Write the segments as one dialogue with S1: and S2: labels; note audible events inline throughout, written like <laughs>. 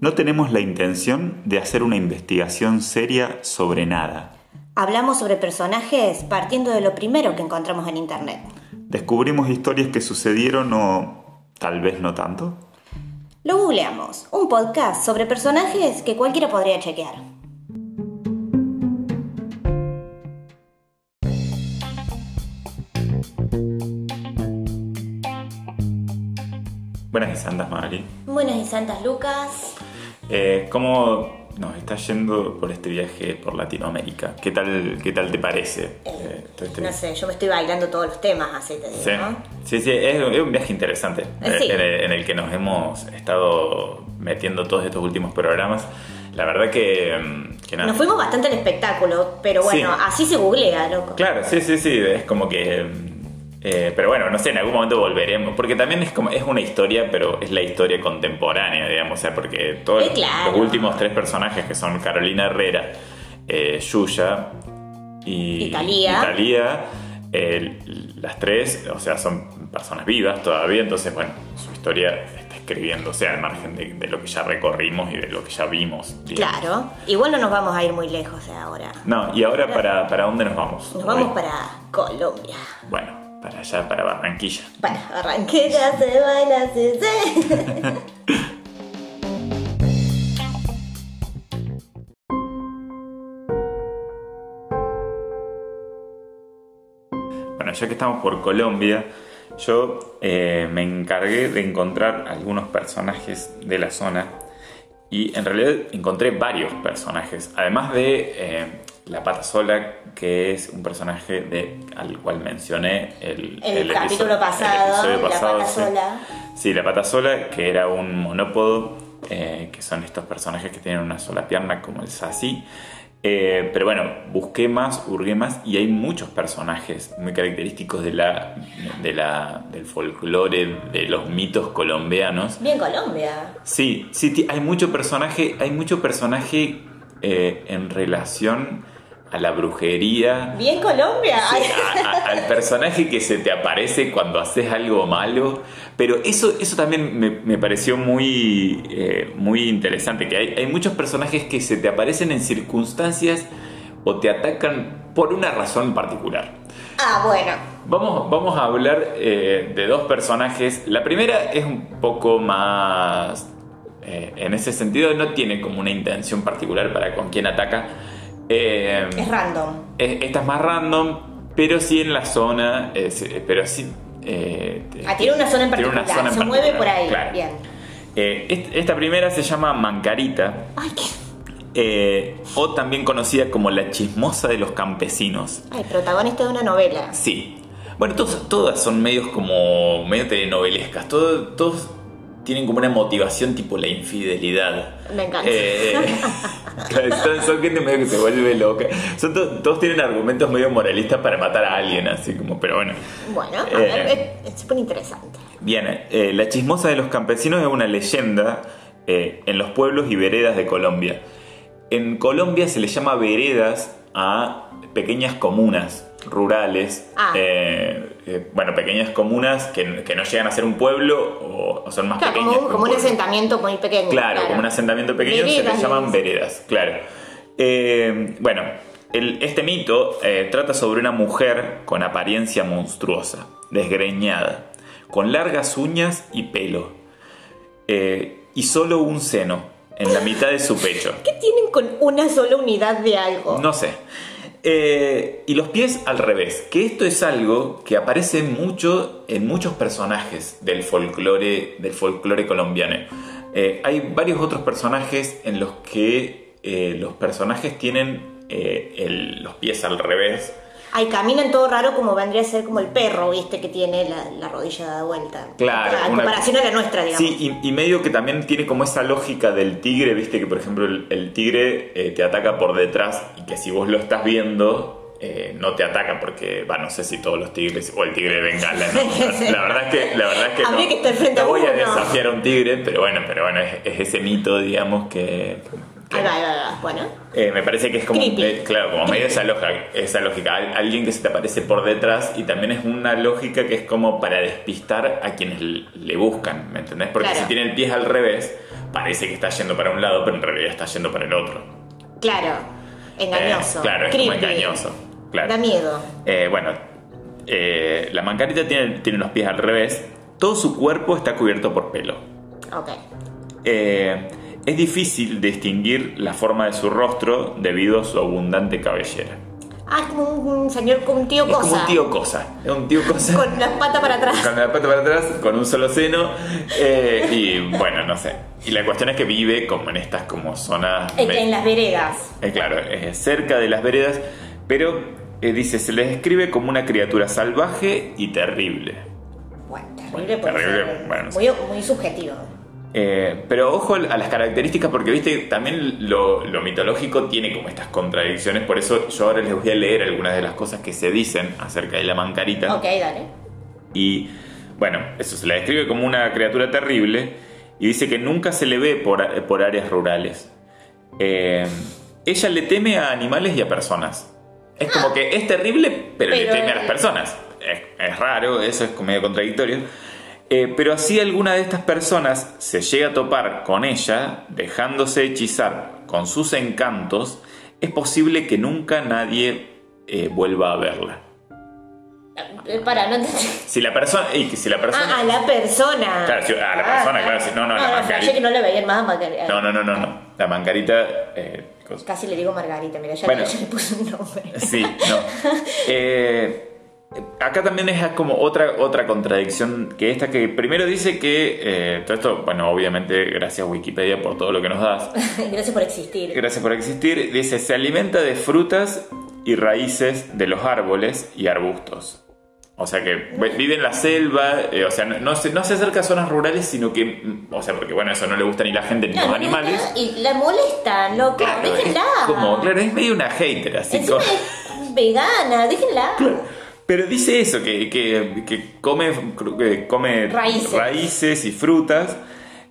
S1: No tenemos la intención de hacer una investigación seria sobre nada.
S2: Hablamos sobre personajes partiendo de lo primero que encontramos en Internet.
S1: Descubrimos historias que sucedieron o tal vez no tanto.
S2: Lo googleamos, un podcast sobre personajes que cualquiera podría chequear.
S1: Buenas y santas, Mari.
S2: Buenas y santas, Lucas.
S1: Eh, ¿Cómo nos está yendo por este viaje por Latinoamérica? ¿Qué tal, qué tal te parece? eh, todo este
S2: No
S1: viaje?
S2: sé, yo me estoy bailando todos los temas, así te digo,
S1: Sí,
S2: ¿no?
S1: sí, sí, es, es un viaje interesante
S2: Eh,
S1: eh,
S2: sí.
S1: en, el, en el que nos hemos estado metiendo todos estos últimos programas. La verdad que, mm, que nada.
S2: Nos fuimos bastante al espectáculo, pero bueno,
S1: Sí.
S2: así se googlea, loco.
S1: Claro, sí, sí, sí, es como que... mm, eh, pero bueno, no sé, en algún momento volveremos, porque también es como es una historia, pero es la historia contemporánea, digamos, o sea, porque todos
S2: Eh,
S1: los-
S2: claro.
S1: los últimos tres personajes que son Carolina Herrera, eh, Yuya y,
S2: Y Thalía.
S1: y Thalía, eh, las tres, o sea, son personas vivas todavía, entonces, bueno, su historia está escribiéndose al margen de, de lo que ya recorrimos y de lo que ya vimos. digamos.
S2: Claro. Igual no nos vamos a ir muy lejos de ahora.
S1: No, y ahora para, para dónde nos vamos?
S2: Nos vamos
S1: Hoy-
S2: para Colombia.
S1: Bueno, para allá, para Barranquilla.
S2: Para Barranquilla se baila, sí, sí.
S1: Bueno, ya que estamos por Colombia, yo eh, me encargué de encontrar algunos personajes de la zona y en realidad encontré varios personajes, además de eh, La Pata Sola, que es un personaje de, al cual mencioné <laughs> el,
S2: El
S1: el episodio-
S2: capítulo
S1: el
S2: pasado,
S1: episodio
S2: La
S1: pasado,
S2: Pata
S1: sí.
S2: Sola.
S1: Sí, la pata sola, que era un monópodo, eh, que son estos personajes que tienen una sola pierna, como el Sassy. Eh, pero bueno, busqué más, hurgué más, y hay muchos personajes muy característicos de la, de la, del folclore, de los mitos colombianos.
S2: Bien Colombia.
S1: Sí, sí, ti- hay mucho personaje, hay mucho personaje eh, en relación a la brujería,
S2: Bien Colombia. Ay,
S1: a- a- al personaje que se te aparece cuando haces algo malo. Pero eso, eso también me, me pareció muy, eh, muy interesante, que hay, hay muchos personajes que se te aparecen en circunstancias o te atacan por una razón particular.
S2: Ah, bueno.
S1: Vamos, vamos a hablar eh, de dos personajes. La primera es un poco más... eh, en ese sentido no tiene como una intención particular para con quién ataca. Eh,
S2: Es random.
S1: eh, Esta es más random, pero sí en la zona. eh, sí, eh, pero sí. eh, te-
S2: Ah, tiene una zona en
S1: tiene
S2: particular.
S1: una zona en
S2: se mueve por
S1: particular,
S2: ahí.
S1: claro.
S2: Bien.
S1: Eh, est- esta primera se llama Mancarita,
S2: Ay, qué-
S1: eh, o también conocida como la chismosa de los campesinos.
S2: Ay, protagonista de una novela.
S1: Sí. Bueno, todos- todas son medios como. medio telenovelescas. Todo- todos tienen como una motivación tipo la infidelidad.
S2: Me encanta.
S1: Eh, <laughs> claro, son, son gente medio que se vuelve loca. Son to- todos tienen argumentos medio moralistas para matar a alguien, así como, pero bueno.
S2: Bueno,
S1: Eh.
S2: a ver, es es súper interesante.
S1: Bien, eh, la chismosa de los campesinos es una leyenda eh, en los pueblos y veredas de Colombia. En Colombia se le llama veredas a pequeñas comunas rurales.
S2: Ah.
S1: eh, eh, bueno, pequeñas comunas que, que no llegan a ser un pueblo o, o son más
S2: Claro, como
S1: pequeñas. que
S2: un, como un
S1: pueblo.
S2: asentamiento muy pequeño.
S1: Claro, como un asentamiento pequeño se
S2: Veredas,
S1: le llaman
S2: digamos.
S1: veredas, claro. Eh, bueno, el- este mito eh, trata sobre una mujer con apariencia monstruosa, desgreñada, con largas uñas y pelo, eh, y solo un seno en la mitad de su pecho.
S2: ¿Qué tienen con una sola unidad de algo?
S1: No sé. Eh, y los pies al revés, que esto es algo que aparece mucho en muchos personajes del folclore, del folclore colombiano. Eh, hay varios otros personajes en los que eh, los personajes tienen eh, el- los pies al revés.
S2: Ay, caminan todo raro como vendría a ser como el perro, viste, que tiene la, la rodilla dada vuelta. Ah,
S1: Claro,
S2: En
S1: una-
S2: comparación a la nuestra, digamos.
S1: Sí, y, y medio que también tiene como esa lógica del tigre, viste que por ejemplo el, el tigre eh, te ataca por detrás y que si vos lo estás viendo eh, no te ataca porque, va, no sé si todos los tigres o el tigre de Bengala,
S2: <laughs>
S1: ¿no? la verdad es que la verdad es que
S2: Habría
S1: no,
S2: que estar frente
S1: No
S2: a
S1: voy a
S2: uno.
S1: desafiar a un tigre, pero bueno, pero bueno es, es ese mito, digamos que, que-
S2: Ahí va, ahí va, ahí va. Bueno,
S1: eh, me parece que es como,
S2: Creepy.
S1: eh, claro, como medio esa, loja- esa lógica. Al- alguien que se te aparece por detrás y también es una lógica que es como para despistar a quienes l- le buscan, ¿me entendés? Porque
S2: Claro.
S1: si tiene el pie al revés, parece que está yendo para un lado, pero en realidad está yendo para el otro.
S2: Claro, engañoso.
S1: Eh, claro, es como
S2: creepy.
S1: engañoso. Claro.
S2: Da miedo.
S1: Eh, bueno, eh, la mancarita tiene, tiene los pies al revés. Todo su cuerpo está cubierto por pelo.
S2: Ok.
S1: Eh, es difícil distinguir la forma de su rostro debido a su abundante cabellera.
S2: Ah, es como un, un señor, como un tío
S1: Es
S2: cosa.
S1: como un tío cosa. Es un tío cosa.
S2: Con las patas para atrás.
S1: Con la pata para atrás, con un solo seno. eh, y bueno, no sé. Y la cuestión es que vive como en estas como zonas.
S2: En,
S1: me-
S2: en las veredas.
S1: eh, claro, eh, cerca de las veredas. Pero eh, dice, se le describe como una criatura salvaje y terrible.
S2: Bueno, terrible,
S1: Bueno,
S2: puede
S1: terrible,
S2: ser
S1: bueno,
S2: muy, muy subjetivo.
S1: Eh, pero ojo a las características porque, viste, también lo, lo mitológico tiene como estas contradicciones. Por eso yo ahora les voy a leer algunas de las cosas que se dicen acerca de la mancarita.
S2: Ok, dale.
S1: Y bueno, eso se la describe como una criatura terrible y dice que nunca se le ve por, por áreas rurales. Eh, ella le teme a animales y a personas. Es como que es terrible, pero, le
S2: Pero
S1: teme a las
S2: el-
S1: personas. Es, es raro, eso es como medio contradictorio. Eh, pero así alguna de estas personas se llega a topar con ella, dejándose hechizar con sus encantos, es posible que nunca nadie eh, vuelva a verla.
S2: Eh, Para, no entendí.
S1: Si la persona... y que si la persona...
S2: Ah, a la persona.
S1: Claro, sí, a la persona, claro, sí. No, no, la Margarita.
S2: flashé que no le veían más a Margarita.
S1: No, no, no, no, no. La mancarita. eh, cos-
S2: Casi le digo Margarita, mira, ya,
S1: Bueno.
S2: le, ya le puse un nombre.
S1: <laughs> sí,
S2: <laughs>
S1: no. Eh, acá también es como otra, otra contradicción que esta que primero dice que. eh, todo esto, bueno, obviamente, gracias Wikipedia por todo lo que nos das.
S2: Gracias por existir.
S1: Gracias por existir. Dice: se alimenta de frutas y raíces de los árboles y arbustos. O sea que ve- vive en la selva, eh, o sea, no, no se, no se acerca a zonas rurales, sino que, mm, o sea, porque bueno, eso no le gusta ni la gente ni
S2: No,
S1: los
S2: no,
S1: animales.
S2: no, Y la molestan, loco.
S1: Claro, es
S2: déjenla.
S1: como, claro, es medio una hater, así
S2: Encima
S1: como- <laughs>
S2: es vegana, déjenla.
S1: Pero dice eso, que, que- que come, que come
S2: Raíces.
S1: raíces y frutas,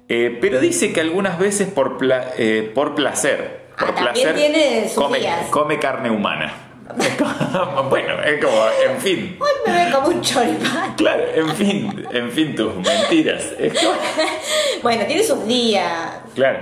S1: eh, pero dice que algunas veces por, pla- eh, por placer, por
S2: Ah, también
S1: placer
S2: tiene sus
S1: come,
S2: días.
S1: come carne humana. <laughs> Es como- bueno, es como, en fin.
S2: Hoy me ve como un choripán.
S1: Claro, en fin, en fin, tus mentiras. Es como-
S2: Bueno, tiene sus días.
S1: Claro.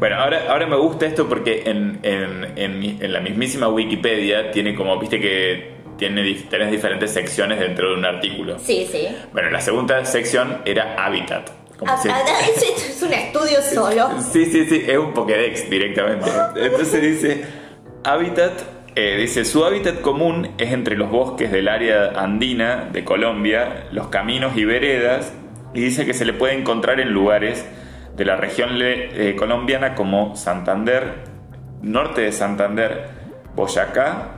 S1: Bueno, ahora, ahora me gusta esto porque en, en- en mi- en la mismísima Wikipedia tiene como, viste que tiene dif- tenés diferentes secciones dentro de un artículo.
S2: Sí, sí.
S1: Bueno, la segunda sección era Habitat. Como
S2: Ah,
S1: si-
S2: ah, eso es un estudio solo.
S1: Sí, sí, sí, es un Pokédex directamente. Entonces dice, hábitat, eh, dice, su hábitat común es entre los bosques del área andina de Colombia, los caminos y veredas, y dice que se le puede encontrar en lugares de la región le- eh, colombiana como Santander, norte de Santander, Boyacá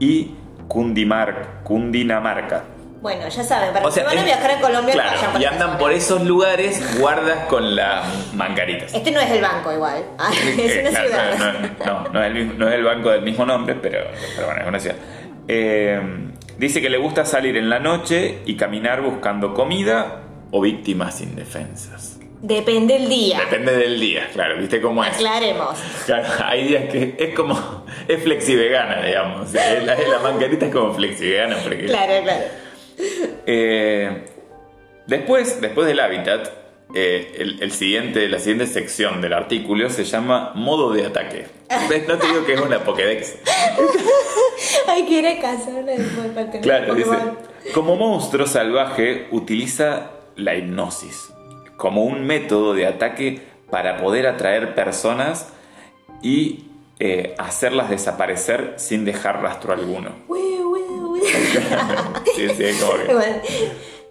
S1: y Cundimar- Cundinamarca.
S2: Bueno, ya saben, para
S1: O
S2: que
S1: sea,
S2: si van a
S1: es-
S2: viajar a Colombia,
S1: claro,
S2: vayan
S1: y
S2: para
S1: andan
S2: acá.
S1: por esos lugares guardas con las mangaritas.
S2: Este no es el banco igual. Ah, <laughs> es
S1: Eh,
S2: una
S1: claro,
S2: ciudad.
S1: No, no, no, no es el mismo- no es el banco del mismo nombre, pero, pero bueno, es una ciudad. Eh, dice que le gusta salir en la noche y caminar buscando comida o víctimas indefensas.
S2: Depende el día.
S1: Depende del día, claro, ¿viste cómo es?
S2: Aclaremos.
S1: Claro, hay días que es como, es flexivegana, digamos. Eh, La, la mancarita es como flexivegana porque
S2: Claro, claro.
S1: Eh, después, después del hábitat, eh, el, el siguiente, la siguiente sección del artículo se llama modo de ataque. ¿Ves? No te digo que es una
S2: <laughs>
S1: Pokédex.
S2: Ay, quiere casarla después para tener
S1: Claro, dice.
S2: Pokémon.
S1: Como monstruo salvaje utiliza la hipnosis como un método de ataque para poder atraer personas y eh, hacerlas desaparecer sin dejar rastro
S2: <laughs>
S1: alguno.
S2: Ué,
S1: <laughs>
S2: ué, ué.
S1: Sí, sí, es como que
S2: Bueno,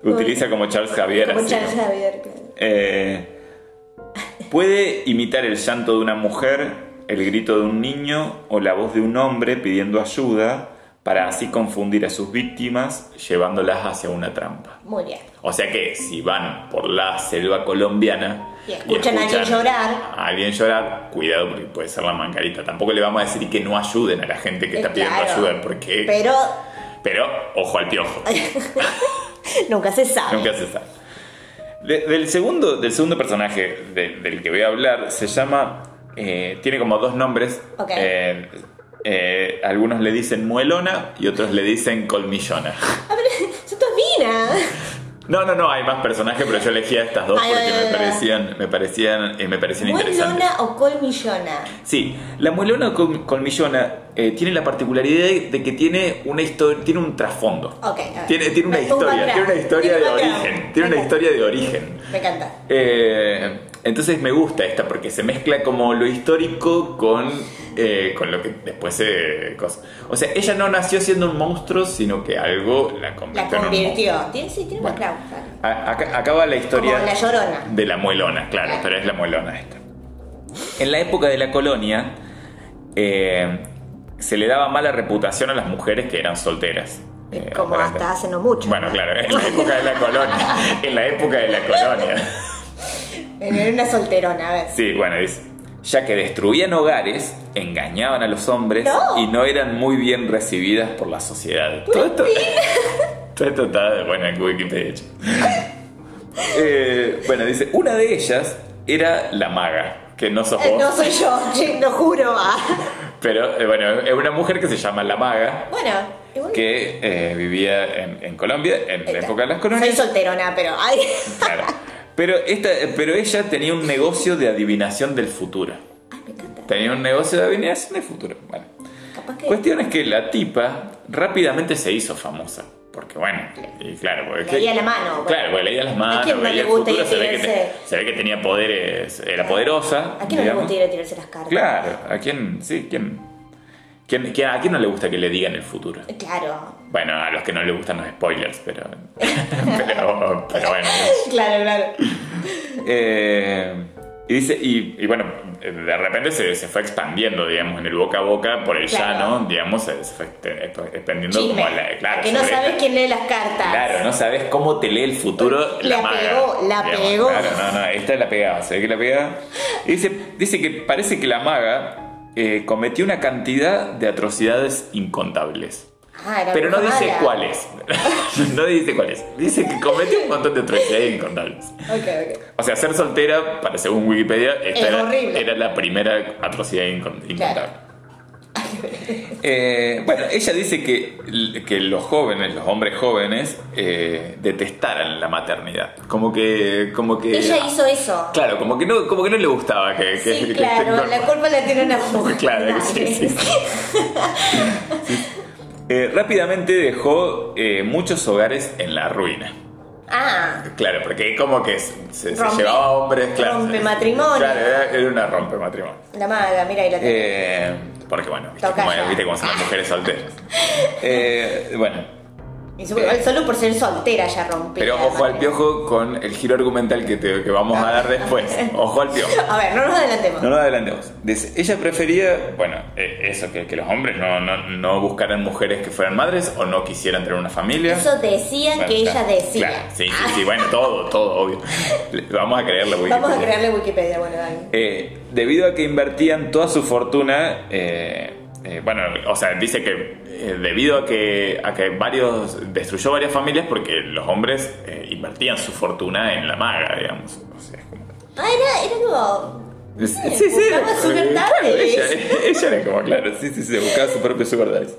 S1: utiliza como Charles Javier.
S2: como
S1: así,
S2: Charles
S1: ¿no?
S2: Javier, claro.
S1: Eh, puede imitar el llanto de una mujer, el grito de un niño o la voz de un hombre pidiendo ayuda para así confundir a sus víctimas llevándolas hacia una trampa.
S2: Muy bien.
S1: O sea que si van por la selva colombiana
S2: Y escuchan a alguien llorar.
S1: a alguien llorar, cuidado porque puede ser la mancarita. Tampoco le vamos a decir que no ayuden a la gente que
S2: Eh,
S1: está pidiendo
S2: claro.
S1: ayuda porque... Pero,
S2: Pero
S1: ojo al piojo.
S2: nunca se sabe. <laughs>
S1: Nunca se sabe. De- del, segundo, del segundo personaje de- del que voy a hablar se llama. eh, tiene como dos nombres.
S2: Ok.
S1: Eh, eh, algunos le dicen muelona y otros le dicen colmillona.
S2: Son todas minas.
S1: No, no, no, hay más personajes, pero yo elegía estas dos
S2: Ay,
S1: porque
S2: ay, ay,
S1: me
S2: ay.
S1: parecían, me parecían, eh, me parecían interesantes.
S2: ¿Muelona o colmillona?
S1: Sí, la muelona col- colmillona eh, tiene la particularidad de que tiene una historia, tiene un trasfondo.
S2: Ok, a ver.
S1: Tiene, tiene una
S2: Un
S1: historia,
S2: background.
S1: tiene una historia
S2: Tiene
S1: de
S2: un background.
S1: origen. Tiene una
S2: Ok.
S1: historia de origen.
S2: Me encanta.
S1: Eh, entonces me gusta esta porque se mezcla como lo histórico con, eh, con lo que después se... cosa. O sea, ella no nació siendo un monstruo, sino que algo la
S2: La
S1: convirtió, en un monstruo.
S2: convirtió. Tiene, sí, tiene
S1: Bueno.
S2: una cláusula.
S1: A- acá- acaba la historia
S2: Como la Llorona.
S1: de la muelona, claro,
S2: Claro.
S1: pero es la muelona esta. En la época de la colonia eh, se le daba mala reputación a las mujeres que eran solteras. Eh,
S2: Como
S1: aparente-
S2: hasta hace no mucho.
S1: Bueno, claro, en la época de la colonia. En la época de la colonia.
S2: Era una solterona, a ver.
S1: Sí, bueno, dice. Ya que destruían hogares, engañaban a los hombres
S2: No.
S1: y no eran muy bien recibidas por la sociedad. Todo esto,
S2: eh,
S1: todo esto está bueno, en Wikipedia.
S2: <laughs>
S1: hecho. Eh, bueno, dice, una de ellas era la maga, que no sos
S2: Eh,
S1: vos,
S2: No soy yo, che, lo juro. ah.
S1: pero eh, bueno, es una mujer que se llama la maga,
S2: Bueno, igual.
S1: que eh, vivía en, en Colombia en la época de las
S2: Soy
S1: colonias.
S2: solterona, pero. Ay.
S1: <laughs> Claro. Pero, esta, pero ella tenía un negocio de adivinación del futuro.
S2: Ay, me encanta.
S1: Tenía un negocio de adivinación del futuro. Bueno.
S2: Capaz que.
S1: Cuestión es que la tipa rápidamente se hizo famosa. Porque bueno, y claro, porque.
S2: Leía la mano, bueno.
S1: Claro, porque leía las manos,
S2: quién no
S1: veía
S2: le
S1: el
S2: gusta
S1: futuro,
S2: ir
S1: se ve, que te-
S2: tirarse?
S1: se ve que tenía poderes, era poderosa.
S2: ¿A quién no le
S1: digamos.
S2: gusta ir a tirarse las cartas?
S1: Claro, a quién, sí, quién. quién- quién- ¿A quién no le gusta que le digan el futuro?
S2: Claro. <laughs>
S1: Bueno, a los que no le gustan los spoilers, pero. <laughs> pero, pero bueno.
S2: Claro, claro.
S1: Eh, y dice, y, y bueno, de repente se, se fue expandiendo, digamos, en el boca a boca por el
S2: Claro.
S1: llano, digamos, se, se fue exte- exp- expandiendo
S2: Chisme.
S1: como la. Claro,
S2: que no
S1: sobre-
S2: sabes quién lee las cartas.
S1: Claro, no sabes cómo te lee el futuro la,
S2: La
S1: maga,
S2: pegó, la
S1: digamos.
S2: pegó.
S1: Claro, no, no, esta la pegaba, se ve que la pegaba. Y dice, dice que parece que la maga eh, cometió una cantidad de atrocidades incontables.
S2: Ah, era
S1: Pero no
S2: bruja
S1: dice
S2: mala.
S1: cuáles. <laughs> no dice cuáles. Dice que cometió un montón de atrocidades incontables.
S2: Ok, ok.
S1: O sea, ser soltera, para según Wikipedia, esta
S2: Es
S1: era,
S2: horrible.
S1: era la primera atrocidad incon-
S2: <laughs>
S1: incontable. Eh, bueno, ella dice que, que los jóvenes, los hombres jóvenes, eh, detestaran la maternidad. Como que. Como que
S2: Ella hizo eso.
S1: Claro, como que no, como que no le gustaba que. <laughs> que-
S2: sí,
S1: que
S2: claro,
S1: estén
S2: la
S1: con-
S2: culpa
S1: <laughs>
S2: la tiene una mujer.
S1: Este, Claro, que sí, sí, Eh, rápidamente dejó eh, muchos hogares en la ruina.
S2: Ah,
S1: Claro, porque como que se, se
S2: Rompe-
S1: llevaba hombres, claro.
S2: rompe
S1: se-
S2: matrimonio.
S1: Claro, era, era una rompe matrimonio.
S2: la maga, mira, ahí la tengo.
S1: Eh, porque bueno, viste
S2: Toca
S1: cómo,
S2: ya.
S1: viste cómo son las mujeres solteras.
S2: <laughs>
S1: Eh, bueno,
S2: Y su- él solo por ser soltera ya rompió.
S1: eh. pero
S2: la
S1: ojo al
S2: matrimonio.
S1: piojo con el giro argumental que, te- que vamos a dar
S2: <laughs>
S1: después. Ojo al piojo.
S2: A ver, no nos adelantemos.
S1: No lo adelantemos. Dice, ella prefería, bueno, eh, eso, que, que los hombres no, no, no buscaran mujeres que fueran madres o no quisieran tener una familia.
S2: Eso decían
S1: Bueno,
S2: que ella
S1: claro,
S2: decía.
S1: Claro, sí, sí, sí, bueno, todo, todo,
S2: <laughs>
S1: obvio. Le- Vamos a creerle, Wikipedia.
S2: Vamos a crearle Wikipedia, bueno, dale.
S1: Eh, debido a que invertían toda su fortuna, eh, eh, bueno, o sea, dice que eh, debido a que, a que varios, destruyó varias familias porque los hombres eh, invertían su fortuna en la maga, digamos. O sea, es como-
S2: Ah, era, era como.
S1: Sí,
S2: sí, buscaba
S1: eh,
S2: sugar
S1: claro,
S2: daddies.
S1: ella, <laughs> ella era como, claro, sí, sí, se buscaba su propio sugar daddies.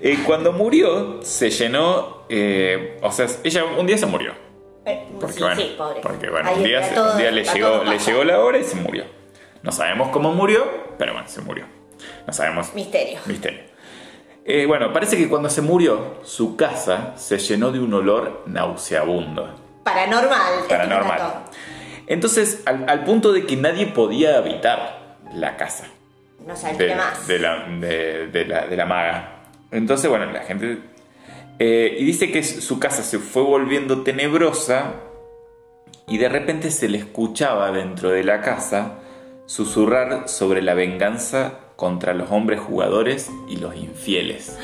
S1: Eh, cuando murió, se llenó, eh, o sea, ella un día se murió.
S2: eh,
S1: Porque
S2: sí,
S1: bueno,
S2: sí, pobre.
S1: porque, bueno,
S2: Ahí
S1: un día,
S2: está
S1: se-
S2: todo-
S1: un día le,
S2: está
S1: llegó,
S2: todo
S1: le
S2: pasado.
S1: llegó la hora y se murió. No sabemos cómo murió, pero bueno, se murió. No sabemos.
S2: Misterio.
S1: Misterio. Eh, bueno, parece que cuando se murió, su casa se llenó de un olor nauseabundo,
S2: Paranormal. este
S1: paranormal.
S2: relato.
S1: Entonces, al, al punto de que nadie podía habitar la casa
S2: No saliste
S1: de,
S2: más.
S1: de la, de- de la- de la maga. Entonces, bueno, la gente... eh, y dice que su casa se fue volviendo tenebrosa y de repente se le escuchaba dentro de la casa susurrar sobre la venganza contra los hombres jugadores y los infieles.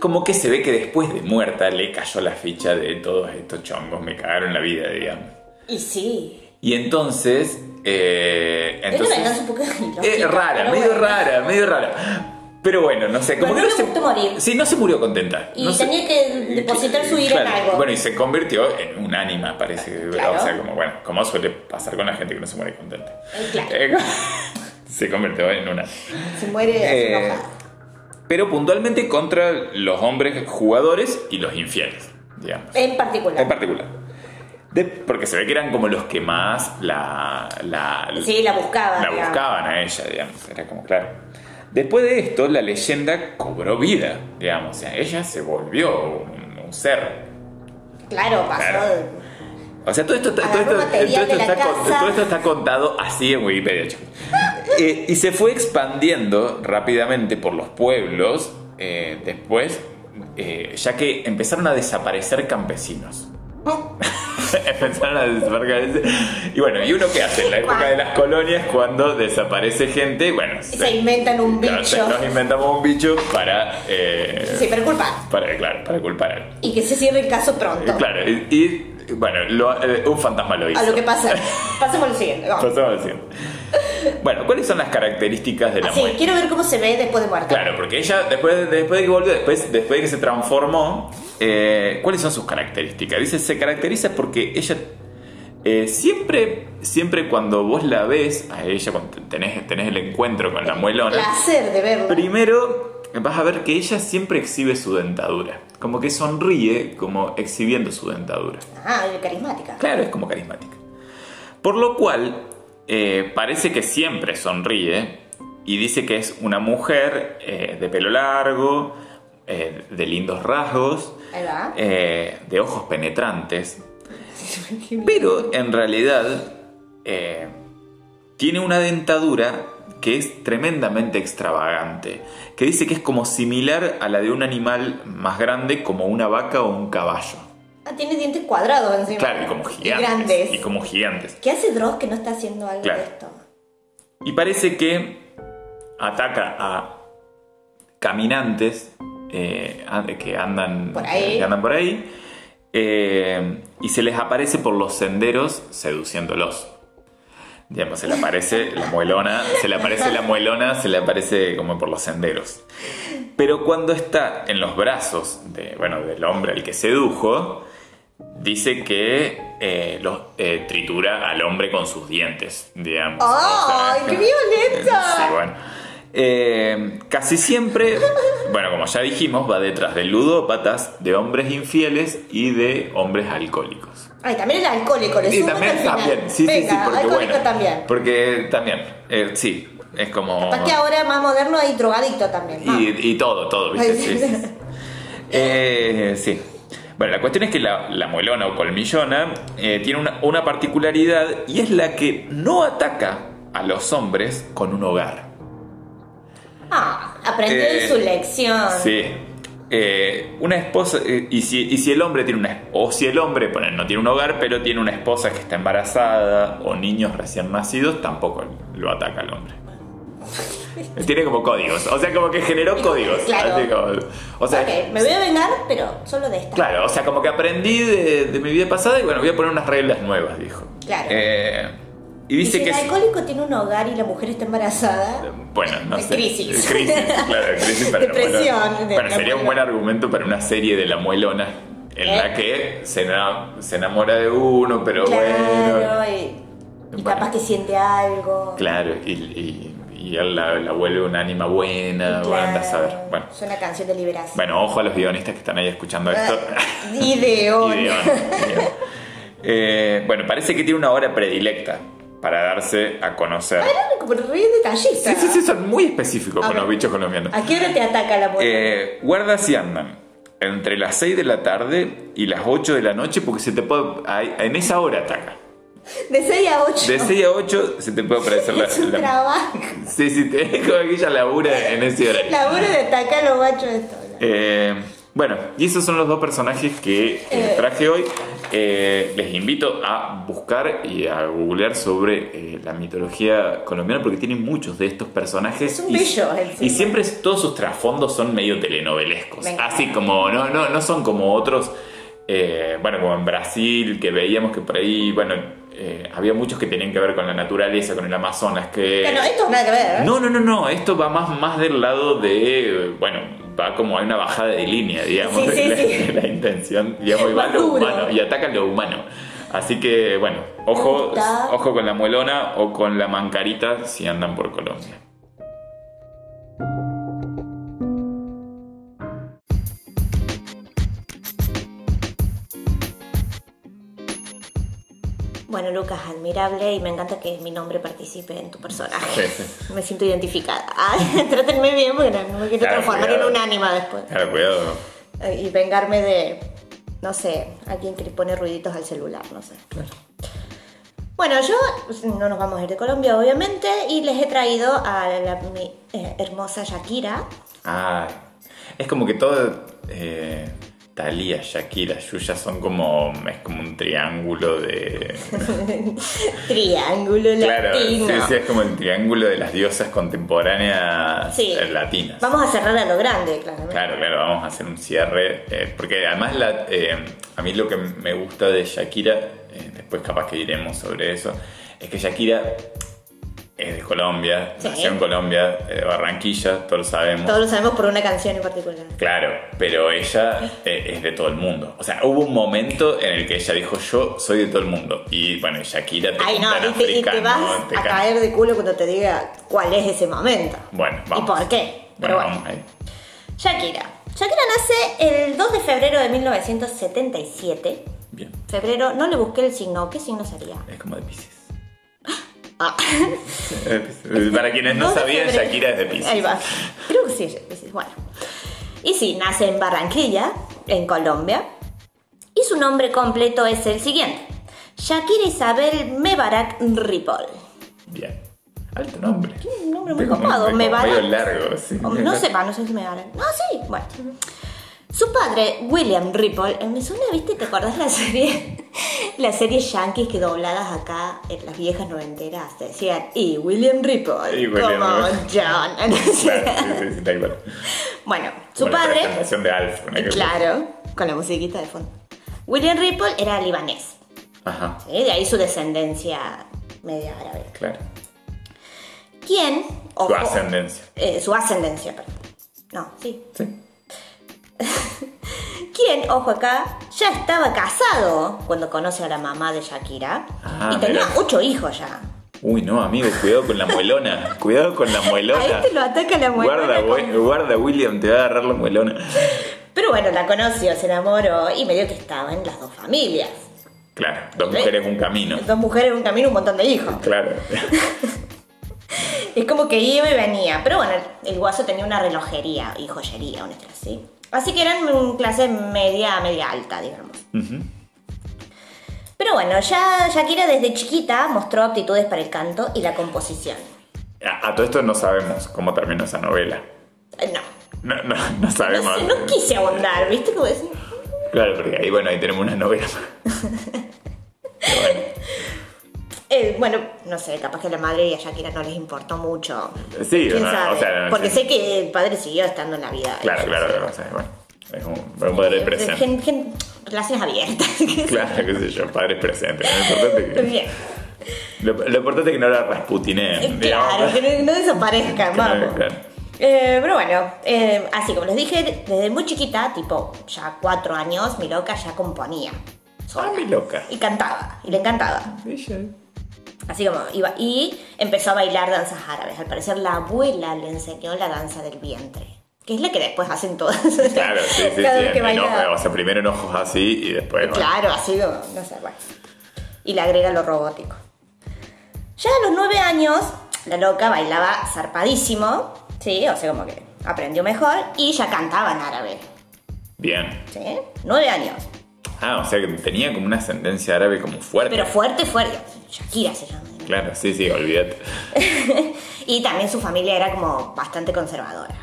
S1: Como que se ve que después de muerta le cayó la ficha de todos estos chongos, me cagaron la vida, digamos.
S2: Y sí.
S1: Y entonces... eh,
S2: Era una
S1: entonces
S2: venganza un poco
S1: eh,
S2: ilógica,
S1: rara,
S2: pero
S1: medio
S2: bueno.
S1: rara, medio rara. Pero bueno, no sé, como que no
S2: Pero no le
S1: se
S2: gustó morir.
S1: Sí, no se murió contenta.
S2: Y
S1: no se-
S2: tenía que depositar su ira en
S1: Claro.
S2: algo. Ah,
S1: Bueno, y se convirtió en un ánima, parece. que-
S2: Claro.
S1: O sea, como bueno, como suele pasar con la gente que no se muere contenta.
S2: Eh, claro.
S1: Eh, <laughs> se convirtió en una.
S2: Se muere
S1: Eh,
S2: enojada.
S1: pero puntualmente contra los hombres jugadores y los infieles, digamos.
S2: En particular.
S1: En particular. De- porque se ve que eran como los que más la, la,
S2: Sí, la buscaban,
S1: la
S2: digamos.
S1: buscaban a ella, digamos. Era como, claro. Después de esto, la leyenda cobró vida, digamos. O sea, ella se volvió un, un ser.
S2: Claro, pasó.
S1: Claro. O sea, todo esto, está- todo
S2: Agarró
S1: esto-
S2: material
S1: todo esto
S2: de la
S1: está, con-
S2: casa.
S1: todo esto está contado así en Wikipedia, chicos. Eh, y se fue expandiendo rápidamente por los pueblos eh, después, eh, ya que empezaron a desaparecer campesinos. <laughs> Empezaron a desaparecer. Y bueno, ¿y uno qué hace en la época de las colonias cuando desaparece gente? Bueno,
S2: Y se
S1: <laughs>
S2: inventan un bicho.
S1: nos- nos inventamos un bicho para. eh,
S2: Sí, pero culpa.
S1: para, claro, para culpar a alguien.
S2: Y que se cierre el caso
S1: Eh,
S2: pronto.
S1: Claro, y, y, bueno, lo- eh, un fantasma lo hizo.
S2: A lo que pasa. Pasemos a lo siguiente. vamos.
S1: Pasamos al
S2: <laughs>
S1: siguiente. Bueno, ¿cuáles son las características de la
S2: Sí,
S1: muerte?
S2: quiero ver cómo se ve después de muerta.
S1: pues. Claro, porque ella, después, después de que volvió, después, después de que se transformó, eh, ¿cuáles son sus características? Dice, se caracteriza porque ella eh, siempre, siempre cuando vos la ves, a ella, cuando tenés, tenés el encuentro con la muelona,
S2: Placer de verla.
S1: Primero vas a ver que ella siempre exhibe su dentadura. Como que sonríe como exhibiendo su dentadura.
S2: Ah, y carismática.
S1: Claro, es como carismática. Por lo cual, eh, parece que siempre sonríe y dice que es una mujer eh, de pelo largo, eh, de lindos rasgos,
S2: Ahí va.
S1: eh, de ojos penetrantes, pero en realidad eh, tiene una dentadura que es tremendamente extravagante, que dice que es como similar a la de un animal más grande como una vaca o un caballo.
S2: Ah, tiene dientes cuadrados encima.
S1: Claro, y como
S2: Y
S1: gigantes.
S2: grandes.
S1: Y como gigantes.
S2: ¿Qué hace Dross que no está haciendo algo
S1: Claro.
S2: de esto?
S1: Y parece que ataca a caminantes eh, and- que andan
S2: Por ahí.
S1: que andan por ahí, eh, y se les aparece por los senderos seduciéndolos. Digamos, se le aparece la muelona, se le aparece la muelona, se le aparece como por los senderos. Pero cuando está en los brazos de, bueno, del hombre al que sedujo, dice que eh, los, eh, tritura al hombre con sus dientes, digamos.
S2: ¡Ay, qué violento!
S1: <laughs> Sí, bueno. Eh, casi siempre, bueno, como ya dijimos, va detrás de ludópatas, de hombres infieles y de hombres alcohólicos.
S2: Ay, también el alcohólico, le
S1: Sí,
S2: suman al
S1: también,
S2: final.
S1: también. Sí,
S2: Venga,
S1: sí, sí, porque
S2: alcohólico
S1: bueno.
S2: también.
S1: Porque también, eh, sí, es como...
S2: Capaz que ahora más moderno hay drogadicto también. ¿no?
S1: Y, y todo, todo, ¿viste?
S2: Ah. Ay,
S1: Sí, sí, sí. Eh, sí. Bueno, la cuestión es que la, la muelona o colmillona eh, tiene una, una particularidad y es la que no ataca a los hombres con un hogar.
S2: Ah, aprendió de
S1: Eh,
S2: su lección.
S1: Sí. Eh, una esposa, eh, y, si, y si el hombre tiene una es- o si el hombre ponen, no tiene un hogar, pero tiene una esposa que está embarazada o niños recién nacidos, tampoco lo ataca al
S2: <laughs>
S1: hombre. tiene como códigos, o sea, como que generó códigos.
S2: Claro.
S1: así como- o sea,
S2: Ok, me voy a vengar, pero solo de esta.
S1: Claro, o sea, como que aprendí de, de mi vida pasada y bueno, voy a poner unas reglas nuevas, dijo.
S2: Claro.
S1: Eh, y
S2: Y
S1: dice
S2: si
S1: que...
S2: el
S1: es-
S2: alcohólico tiene un hogar y la mujer está embarazada.
S1: Bueno, no
S2: De
S1: sé.
S2: crisis.
S1: Crisis, claro, crisis para la
S2: <laughs> Depresión
S1: muelona.
S2: de
S1: Bueno,
S2: la
S1: sería un buen
S2: muelona.
S1: argumento para una serie de la muelona en
S2: ¿Eh?
S1: la que se, ena- se enamora de uno, pero bueno.
S2: claro, y, y
S1: Bueno.
S2: capaz que siente algo.
S1: Claro, y, y- y él la, la vuelve un ánima buena, bueno, anda a
S2: Claro.
S1: saber. Bueno.
S2: Es una canción de liberación. Ah,
S1: bueno, ojo a los guionistas que están ahí escuchando esto.
S2: <laughs> Ideón.
S1: <laughs> Ideón, ideón. Eh, bueno, parece que tiene una hora predilecta para darse a conocer.
S2: Era <laughs> como re detallista.
S1: Sí, sí, sí, son muy específicos
S2: A
S1: con
S2: ver.
S1: los bichos colombianos.
S2: ¿A qué hora te ataca la mujer?
S1: Eh, guardas y andan entre las 6 de la tarde y las 8 de la noche porque se te puede... ahí- En esa hora ataca.
S2: de 6 a 8.
S1: De 6 a 8 se te puede aparecer la...
S2: <laughs> es un
S1: la-
S2: trabajo.
S1: sí, sí, te <laughs> como que ella labura en ese horario.
S2: Laburo de atacar a los machos de todo.
S1: Eh, bueno, y esos son los dos personajes que eh, traje hoy. Eh, les invito a buscar y a googlear sobre eh, la mitología colombiana porque tienen muchos de estos personajes.
S2: Es un
S1: y-
S2: bello,
S1: Y,
S2: encima.
S1: siempre es- todos sus trasfondos son medio telenovelescos.
S2: Me encanta.
S1: Así como, no, no, no son como otros. eh, bueno, como en Brasil, que veíamos que por ahí, bueno, eh, había muchos que tenían que ver con la naturaleza, con el Amazonas, que.
S2: Bueno, esto nada que ver. ¿eh?
S1: No, no, no, no. Esto va más, más del lado de. eh, Bueno, va como hay una bajada de línea, digamos.
S2: Sí, sí,
S1: <laughs> la,
S2: sí.
S1: la intención, digamos, y va a lo
S2: Maduro.
S1: humano y ataca a lo humano. Así que, bueno, ojo,
S2: gusta.
S1: ojo con la muelona o con la mancarita si andan por Colombia.
S2: Lucas, admirable y me encanta que mi nombre participe en tu personaje.
S1: Sí,
S2: Me siento identificada. <laughs> Ah, trátenme bien porque no no me quiero
S1: Claro,
S2: transformar
S1: cuidado.
S2: en un ánima después.
S1: Claro, cuidado.
S2: Eh, Y vengarme de, no sé, alguien que le pone ruiditos al celular, no sé. Bueno, yo pues, no nos vamos a ir de Colombia, obviamente, y les he traído a la, mi eh, hermosa Shakira.
S1: Ah, es como que todo. Eh, Talía, Shakira, Yuya son como. Es como un triángulo de.
S2: Triángulo
S1: Claro, sí,
S2: latino.
S1: sí, es como el triángulo de las diosas contemporáneas
S2: Sí.
S1: eh, latinas.
S2: Vamos a cerrar a lo grande, claramente.
S1: Claro, claro, vamos a hacer un cierre. eh, porque además la- eh, a mí lo que me gusta de Shakira, eh, después capaz que diremos sobre eso, es que Shakira es de Colombia,
S2: Sí.
S1: nació en Colombia, eh, de Barranquilla, todos lo sabemos.
S2: Todos lo sabemos por una canción en particular.
S1: Claro, pero ella eh, es de todo el mundo. O sea, hubo un momento en el que ella dijo, yo soy de todo el mundo. Y bueno, Shakira te
S2: Ay, no,
S1: cantan
S2: y te, y te
S1: africano,
S2: vas
S1: te
S2: a
S1: cantan-
S2: caer de culo cuando te diga cuál es ese momento.
S1: Bueno, vamos.
S2: ¿Y por qué? Pero
S1: Bueno,
S2: bueno.
S1: vamos ahí.
S2: Shakira. Shakira nace el 2 de febrero de 1977.
S1: Bien.
S2: Febrero, no le busqué el signo. ¿Qué signo sería?
S1: Es como de Pisces.
S2: Ah.
S1: Para quienes Eh, no
S2: 2 de
S1: sabían,
S2: febrero.
S1: Shakira es de Pisces.
S2: Ahí va. Creo que sí, es de Piscis, Bueno. Y sí, nace en Barranquilla, en Colombia. Y su nombre completo es el siguiente. Shakira Isabel Mebarak Ripoll.
S1: Bien. Alto nombre.
S2: un nombre muy
S1: Tengo un
S2: copado,
S1: nombre
S2: me
S1: como
S2: vale.
S1: Medio largo, sí.
S2: O No
S1: <laughs>
S2: sepa, no sé si me darán. No, sí, bueno. Su padre, William Ripple, eh, me suena, ¿viste? ¿Te acordás la serie? <laughs> La serie Yankees que dobladas acá en las viejas noventeras te decían, y William Ripple,
S1: Y William
S2: como
S1: Ripple.
S2: John. <laughs>
S1: Claro, sí, sí, sí, tal cual.
S2: bueno, su
S1: Como La
S2: padre,
S1: presentación de Alf. ¿no? Que-
S2: claro, con la musiquita de fondo. William Ripple era libanés,
S1: Ajá,
S2: ¿sí? de ahí su descendencia media árabe.
S1: claro.
S2: ¿Quién?
S1: Su
S2: ojo,
S1: ascendencia.
S2: eh, su ascendencia, perdón. No, sí,
S1: Sí.
S2: quien, ojo acá, ya estaba casado cuando conoce a la mamá de Shakira
S1: Ah,
S2: y tenía
S1: mira.
S2: ocho hijos ya.
S1: Uy, no, amigo, cuidado con la
S2: <laughs>
S1: muelona. cuidado con la muelona.
S2: Ahí te este lo ataca la mujer.
S1: Guarda, we- guarda, William, te va a agarrar la muelona.
S2: Pero bueno, la conoció, se enamoró y medio que estaban las dos familias.
S1: Claro, dos mujeres, un camino.
S2: Dos mujeres en un camino, un montón de hijos.
S1: Claro.
S2: Es como que iba y venía. Pero bueno, el guaso tenía una relojería y joyería, una historia así. Así que eran mm, clase media, media alta, digamos.
S1: Ujú.
S2: Pero bueno, ya Shakira desde chiquita mostró aptitudes para el canto y la composición.
S1: A, a todo esto no sabemos cómo terminó esa novela.
S2: Eh, No,
S1: No, no, no
S2: No,
S1: sabemos.
S2: sé, no quise ahondar, ¿viste? Como decir.
S1: Claro, porque ahí, bueno, ahí tenemos una novela. Pero bueno,
S2: Eh, bueno, no sé, capaz que a la madre y a Shakira no les importó mucho.
S1: sí,
S2: ¿Quién
S1: no,
S2: sabe?
S1: o sea, no,
S2: Porque
S1: sí.
S2: sé que el padre siguió estando en la vida.
S1: Claro, claro, claro, o sea, bueno, es un, un padre presente.
S2: eh, Gen- gen- relaciones abiertas. <laughs>
S1: Claro, qué sé yo, padre presente. Lo importante es
S2: Bien.
S1: que, lo, lo importante es que no la rasputineen.
S2: Claro,
S1: digamos.
S2: que no, no desaparezcan,
S1: Que no-
S2: vamos.
S1: claro.
S2: Eh, pero bueno, eh, así como les dije, desde muy chiquita, tipo ya cuatro años, mi loca ya componía. sola.
S1: Ah, mi loca.
S2: Y cantaba, y le encantaba.
S1: Ella.
S2: Así como iba. Y empezó a bailar danzas árabes. Al parecer la abuela le enseñó la danza del vientre. Que es la que después hacen todas.
S1: <laughs> Claro, sí, sí, sí.
S2: <laughs> Cada vez que
S1: en
S2: baila.
S1: enojo, o sea, primero enojos así y después. bueno.
S2: Claro, así como, no sé, bueno. Y le agrega lo robótico. Ya a los nueve años, la loca bailaba zarpadísimo. Sí, o sea, como que aprendió mejor. Y ya cantaba en árabe.
S1: Bien.
S2: Sí, nueve años.
S1: Ah, o sea, que tenía como una ascendencia árabe como fuerte.
S2: Pero fuerte, fuerte. Shakira se llama.
S1: Claro, sí, sí, olvídate.
S2: <laughs> Y también su familia era como bastante conservadora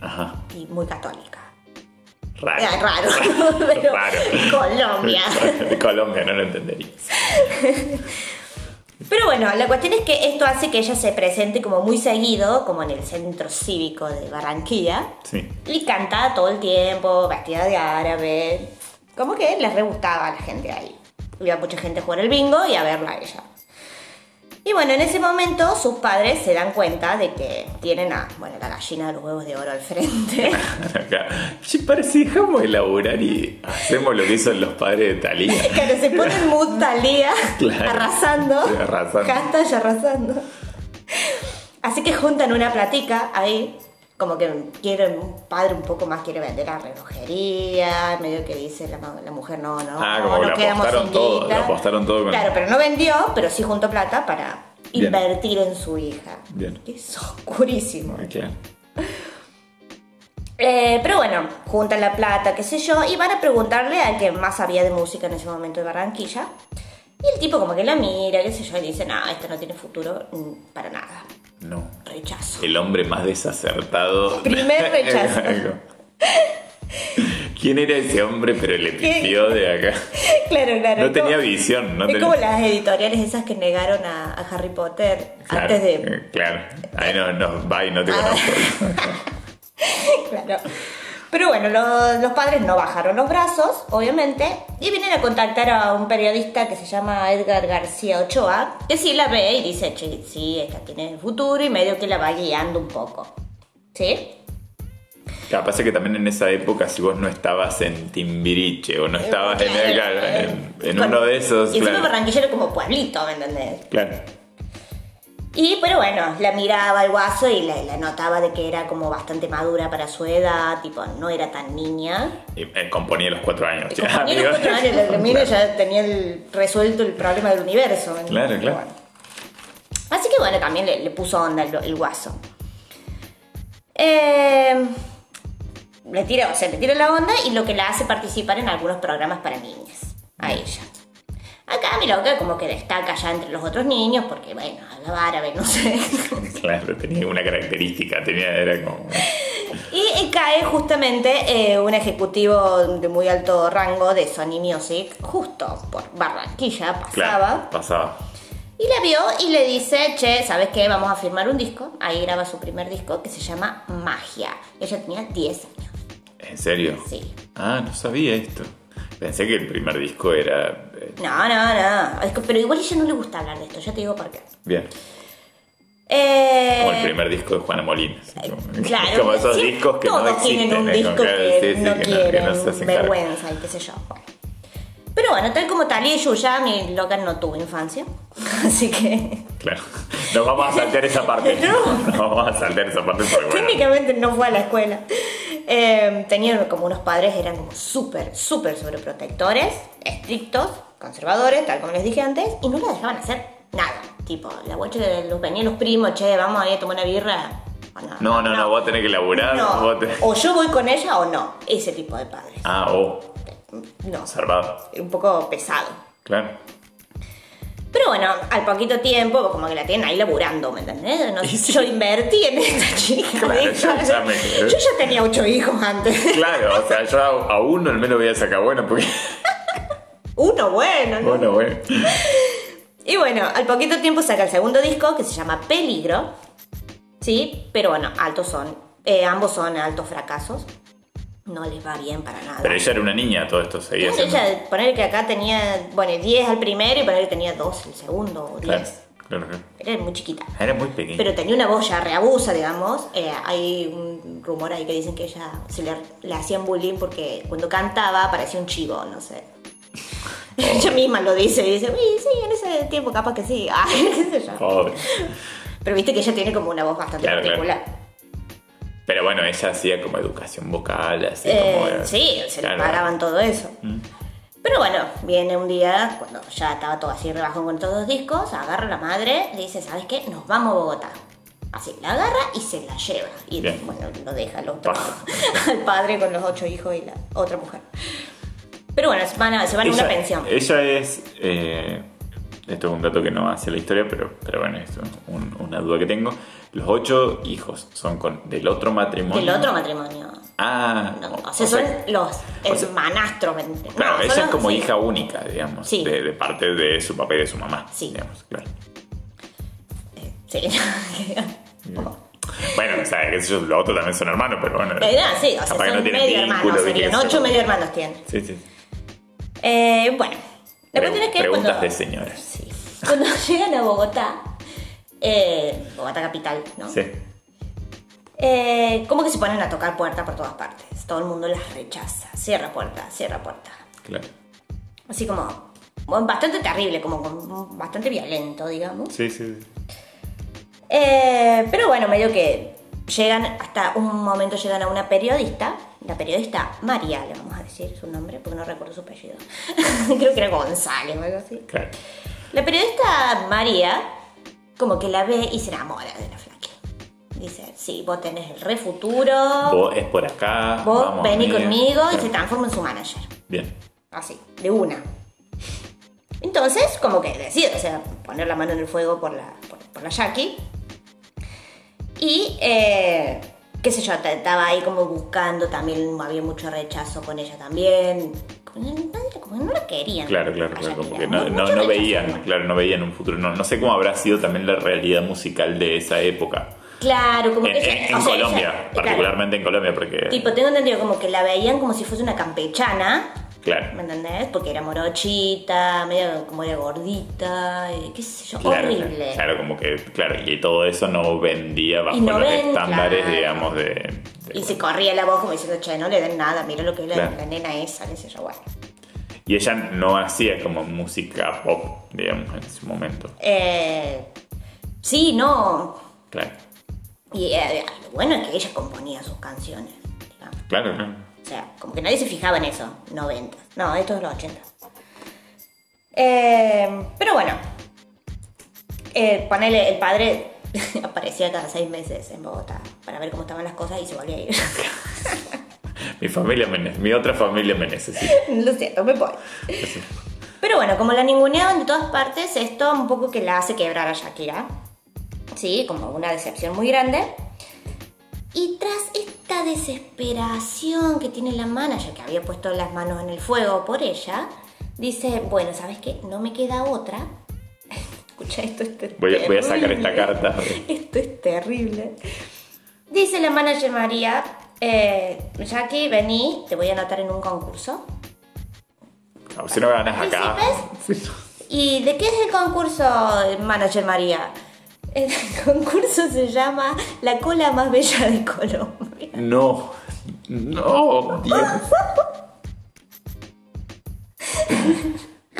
S1: Ajá.
S2: y muy católica.
S1: Raro.
S2: Era raro, pero
S1: Raro.
S2: Colombia.
S1: <laughs> De Colombia, no lo entenderías.
S2: Pero bueno, la cuestión es que esto hace que ella se presente como muy seguido, como en el centro cívico de Barranquilla,
S1: Sí.
S2: y canta todo el tiempo, vestida de árabe. Como que les re gustaba a la gente ahí. Había mucha gente a jugar el bingo y a verla a ella. Y bueno, en ese momento sus padres se dan cuenta de que tienen a, bueno, la gallina de los huevos de oro al frente.
S1: <laughs> Acá. Che, parece dejamos de laburar y hacemos lo que hizo los padres de Talía.
S2: <laughs> Claro, se pone en mood Thalía,
S1: Claro.
S2: arrasando.
S1: Sí, arrasando.
S2: Hashtag arrasando. Así que juntan una platica ahí Como que quiere, un padre un poco más quiere vender la relojería, medio que dice la, ma- la mujer, no, no,
S1: Ah, como que
S2: no
S1: lo
S2: quedamos
S1: apostaron
S2: sin
S1: todo,
S2: guita.
S1: lo apostaron todo con-
S2: Claro, pero no vendió, pero sí juntó plata para
S1: Bien.
S2: invertir en su hija.
S1: Bien.
S2: Que es oscurísimo.
S1: Claro.
S2: Eh, pero bueno, juntan la plata, qué sé yo, y van a preguntarle al que más sabía de música en ese momento de Barranquilla. Y el tipo como que la mira, qué sé yo, y dice, no, esto no tiene futuro mm, para nada.
S1: No.
S2: Rechazo.
S1: El hombre más desacertado. <laughs>
S2: Primer rechazo.
S1: ¿Quién era ese hombre? Pero le pidió de acá.
S2: <laughs> claro, claro.
S1: No
S2: es
S1: tenía
S2: como-
S1: visión. No
S2: es
S1: tenía...
S2: como las editoriales esas que negaron a, a Harry Potter
S1: Claro,
S2: antes de... Ah.
S1: eh, Claro. Ay, no, no, bye, no te conozco.
S2: claro. Pero bueno, lo- los padres no bajaron los brazos, obviamente, y vienen a contactar a un periodista que se llama Edgar García Ochoa, que sí la ve y dice, che, sí, esta tiene el futuro y medio que la va guiando un poco. ¿Sí?
S1: Capaz pasa que también en esa época, si vos no estabas en Timbiriche o no estabas en, el- claro, en- en
S2: Eh, Con-
S1: uno de esos.
S2: Y encima
S1: Claro.
S2: Barranquilla era como pueblito, ¿me entendés?
S1: claro.
S2: Y, pero bueno, la miraba el guaso y la, la notaba de que era como bastante madura para su edad, tipo, no era tan niña.
S1: Y, eh, componía a los cuatro años.
S2: Y
S1: ya,
S2: como tenía
S1: digo.
S2: los
S1: <laughs>
S2: cuatro años, la- la mina ya tenía el- resuelto el problema del universo. ¿me
S1: Claro,
S2: entiendes?
S1: claro.
S2: Bueno. Así que bueno, también le, le puso onda el, el guaso. Eh, le tira, o sea, le tira la onda y lo que la hace participar en algunos programas para niñas, a ella. Acá mi loca como que destaca ya entre los otros niños porque, bueno, hablaba árabe, no sé.
S1: Claro, tenía una característica, tenía, era como.
S2: Y eh, cae justamente eh, un ejecutivo de muy alto rango de Sony Music, justo por Barranquilla,
S1: Claro,
S2: pasaba.
S1: pasaba.
S2: Y la vio y le dice, che, ¿sabes qué? Vamos a firmar un disco. Ahí graba su primer disco que se llama Magia. Ella tenía 10 años.
S1: ¿En serio?
S2: Sí.
S1: Ah, no sabía esto. Pensé que el primer disco era. eh,
S2: No, no, no. Es que- pero igual a ella no le gusta hablar de esto, ya te digo por qué.
S1: bien.
S2: Eh,
S1: Como el primer disco de Juana Molina. así como,
S2: Claro,
S1: como esos
S2: sí,
S1: discos que
S2: todos
S1: no existen.
S2: tienen un
S1: ¿eh?
S2: disco
S1: Como, claro,
S2: que,
S1: sí, sí,
S2: no
S1: que que
S2: quieren,
S1: no se hacen cargo.
S2: vergüenza y qué sé yo. bueno. Pero bueno, tal como tal y Yuya, mi loca no tuvo infancia, <laughs> así que
S1: Claro. Nos vamos a saltear esa parte.
S2: <laughs> No.
S1: Nos vamos a saltear esa parte porque bueno.
S2: técnicamente no fue a la escuela. Eh, tenían como unos padres, eran como súper, súper sobreprotectores, estrictos, conservadores, tal como les dije antes, y no la dejaban hacer nada. Tipo, la bocha de los venían los primos, che, vamos a ir a tomar una birra. o
S1: No, no, no, vos tenés que laburar.
S2: No,
S1: vos tenés-
S2: o yo voy con ella o no. Ese tipo de padres.
S1: Ah, oh,
S2: No,
S1: salvado.
S2: un poco pesado.
S1: Claro.
S2: Pero bueno, al poquito tiempo, pues, como que la tienen ahí laburando, ¿me entendés? No,
S1: Y sí.
S2: Yo invertí
S1: <laughs>
S2: en esta chica.
S1: Claro,
S2: dije.
S1: ya- ya me-
S2: yo ya tenía ocho hijos antes. <laughs>
S1: Claro, o sea, yo a, a uno al menos voy a sacar bueno porque. <laughs>
S2: Uno bueno, ¿no?
S1: Bueno, bueno.
S2: Y bueno, al poquito tiempo saca el segundo disco que se llama Peligro. Sí, pero bueno, altos son. eh, ambos son altos fracasos. No les va bien para nada.
S1: Pero ella era una niña, todo esto seguía
S2: Claro,
S1: siendo-
S2: ella, poner que acá tenía, bueno, 10 al primero y poner que tenía 2 el segundo o 10.
S1: Claro, claro, claro. Ah,
S2: Era muy chiquita.
S1: Era muy pequeña.
S2: Pero tenía una voz ya reabusa, digamos. Eh, hay un rumor ahí que dicen que ella se le, le hacían bullying porque cuando cantaba parecía un chivo, no sé. <laughs> ella misma lo dice y dice, uy, sí, en ese tiempo capaz que sí. <laughs> Ah, qué sé yo.
S1: Pobre.
S2: Pero viste que ella tiene como una voz bastante
S1: Claro, claro.
S2: particular.
S1: Pero bueno, ella hacía como educación vocal, así como.
S2: Eh,
S1: era-
S2: sí, se
S1: Claro. Mm.
S2: le paraban todo eso. Pero bueno, viene un día, cuando ya estaba todo así rebajón con todos los discos, agarra a la madre, le dice, ¿sabes qué? Nos vamos a Bogotá. Así, la agarra y se la lleva. Y
S1: Bien.
S2: bueno, lo deja al otro,
S1: <laughs> Ah.
S2: al padre con los ocho hijos y la otra mujer. Pero bueno, se van a, se van a una pensión.
S1: Ella es. eh, esto es un dato que no hace la historia, pero, pero bueno, es un- una duda que tengo. Los ocho hijos son con del otro matrimonio.
S2: Del otro matrimonio.
S1: Ah,
S2: No,
S1: o-
S2: o sea,
S1: o
S2: son
S1: sea,
S2: los
S1: o sea-
S2: hermanastros. ¿me entiendes?
S1: Claro,
S2: No, son
S1: ella es
S2: los-
S1: como
S2: sí.
S1: hija única, digamos,
S2: Sí.
S1: de, de parte de su papá y de su mamá.
S2: Sí.
S1: digamos, claro.
S2: Sí. <laughs>
S1: Bueno, o sea, qué sé yo, los otros también son hermanos, pero bueno.
S2: Eh, nada, sí, o sea,
S1: capaz que
S2: son
S1: tienen
S2: medio
S1: vínculo,
S2: hermanos,
S1: ¿viste?
S2: serían ocho medio hermanos tienen.
S1: Sí, sí. sí.
S2: Eh, bueno, la
S1: Pre-
S2: cuestión es que
S1: preguntas
S2: cuando,
S1: de señoras.
S2: Sí. <laughs> cuando llegan a Bogotá, eh, Bogotá capital, ¿no?
S1: Sí.
S2: Eh, como que se ponen a tocar puerta por todas partes. Todo el mundo las rechaza. Cierra puerta, cierra puerta.
S1: Claro.
S2: Así como bueno, bastante terrible, como con- bastante violento, digamos.
S1: Sí, sí. sí.
S2: Eh, pero bueno, medio que Llegan, hasta un momento llegan a una periodista, la periodista María, le vamos a decir su nombre, porque no recuerdo su apellido. <laughs> Creo que era González o algo así.
S1: Claro.
S2: La periodista María, como que la ve y se enamora de la flaca. Dice, sí, vos tenés el re futuro, vos,
S1: Vos es por acá. vamos,
S2: vení
S1: amiga.
S2: conmigo y
S1: Claro.
S2: se transforma en su manager.
S1: Bien.
S2: Así, de una. Entonces, como que decide, o sea, poner la mano en el fuego por la, por, por la Jackie. Y, eh, qué sé yo, ta- estaba ahí como buscando, también había mucho rechazo con ella también. Como que nadie- como que no la querían.
S1: Claro, claro,
S2: a
S1: claro.
S2: Shakira,
S1: Como que no,
S2: mu-
S1: no,
S2: mucho
S1: no
S2: rechazo.
S1: veían, claro, no veían un futuro. No, no sé cómo habrá sido también la realidad musical de esa época.
S2: Claro, como
S1: En,
S2: que ella-
S1: en- en
S2: o sea, ella-
S1: Colombia,
S2: claro,
S1: particularmente en Colombia, porque.
S2: tipo, tengo entendido como que la veían como si fuese una campechana. ¿Me
S1: claro.
S2: entendés? Porque era morochita, medio como era gordita, y qué sé yo,
S1: Claro,
S2: horrible.
S1: claro, como que, claro, y todo eso no vendía bajo
S2: Y no
S1: los
S2: ven,
S1: estándares,
S2: claro.
S1: digamos, de. de-
S2: Y se corría la voz como diciendo, che, no le den nada, mira lo que es la,
S1: Claro.
S2: la nena esa, qué sé yo, bueno.
S1: Y ella no hacía como música pop, digamos, en su momento.
S2: Eh, sí, no.
S1: Claro,
S2: Y eh, lo bueno es que ella componía sus canciones, digamos.
S1: claro, claro.
S2: O sea, como que nadie se fijaba en eso, 90. No, esto es los 80. Eh, pero bueno, eh, ponele, el padre <laughs> aparecía cada seis meses en Bogotá para ver cómo estaban las cosas y se volvía a ir.
S1: Mi familia me ne- mi otra familia me necesita.
S2: Lo siento, me voy. Pero bueno, como la ninguneaban de todas partes, esto un poco que la hace quebrar a Shakira. Sí, como una decepción muy grande. Y tras esta desesperación que tiene la manager, que había puesto las manos en el fuego por ella, dice, bueno, ¿sabes qué? No me queda otra. <laughs> Escucha esto, esto es
S1: Voy a- voy a sacar
S2: terrible.
S1: esta carta.
S2: <laughs> Esto es terrible. Dice la manager María, eh, Jackie, vení, te voy a anotar en un concurso.
S1: No, si no ganas acá.
S2: ¿Y de qué es el concurso, Manager María? El <laughs> concurso se llama La cola más bella de Colombia.
S1: No, no, Dios.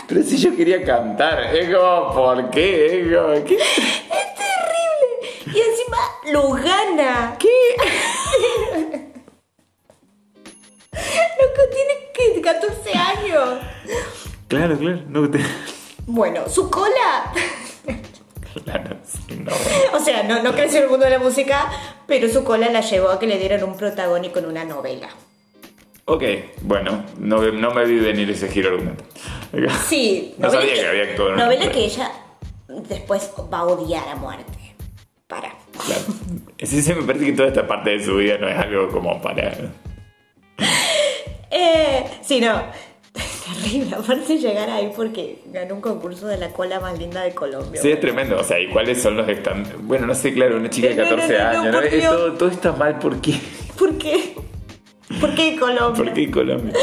S1: Pero si yo quería cantar, es como, ¿por qué? Es como, ¿qué?
S2: ¡Es terrible! Y encima lo gana. ¿Qué? <laughs> Loco, tiene que- 14 años.
S1: Claro, claro, no te.
S2: Bueno, su cola. <laughs>
S1: Claro, sí, no.
S2: O sea, no, no creció en el mundo de la música, pero su cola la llevó a que le dieran un protagónico en una novela.
S1: Ok, bueno, no, no me vi venir ese giro argumental.
S2: Sí,
S1: No
S2: novela
S1: sabía que había actuado en una
S2: Novela
S1: novela.
S2: que ella después va a odiar a muerte. Para.
S1: Claro. Sí, sí, me parece que toda esta parte de su vida no es algo como para.
S2: Eh, sí, no. <laughs> Terrible, aparte llegar ahí porque ganó un concurso de la cola más linda de Colombia.
S1: Sí, es tremendo. O sea, ¿y cuáles son los estándares? Bueno, no sé, claro, una chica de
S2: No, no, no,
S1: 14
S2: no, no,
S1: años. ¿no?
S2: por
S1: Es
S2: Dios.
S1: todo, todo está mal, ¿por qué?
S2: ¿Por qué? ¿Por qué Colombia?
S1: ¿Por qué Colombia?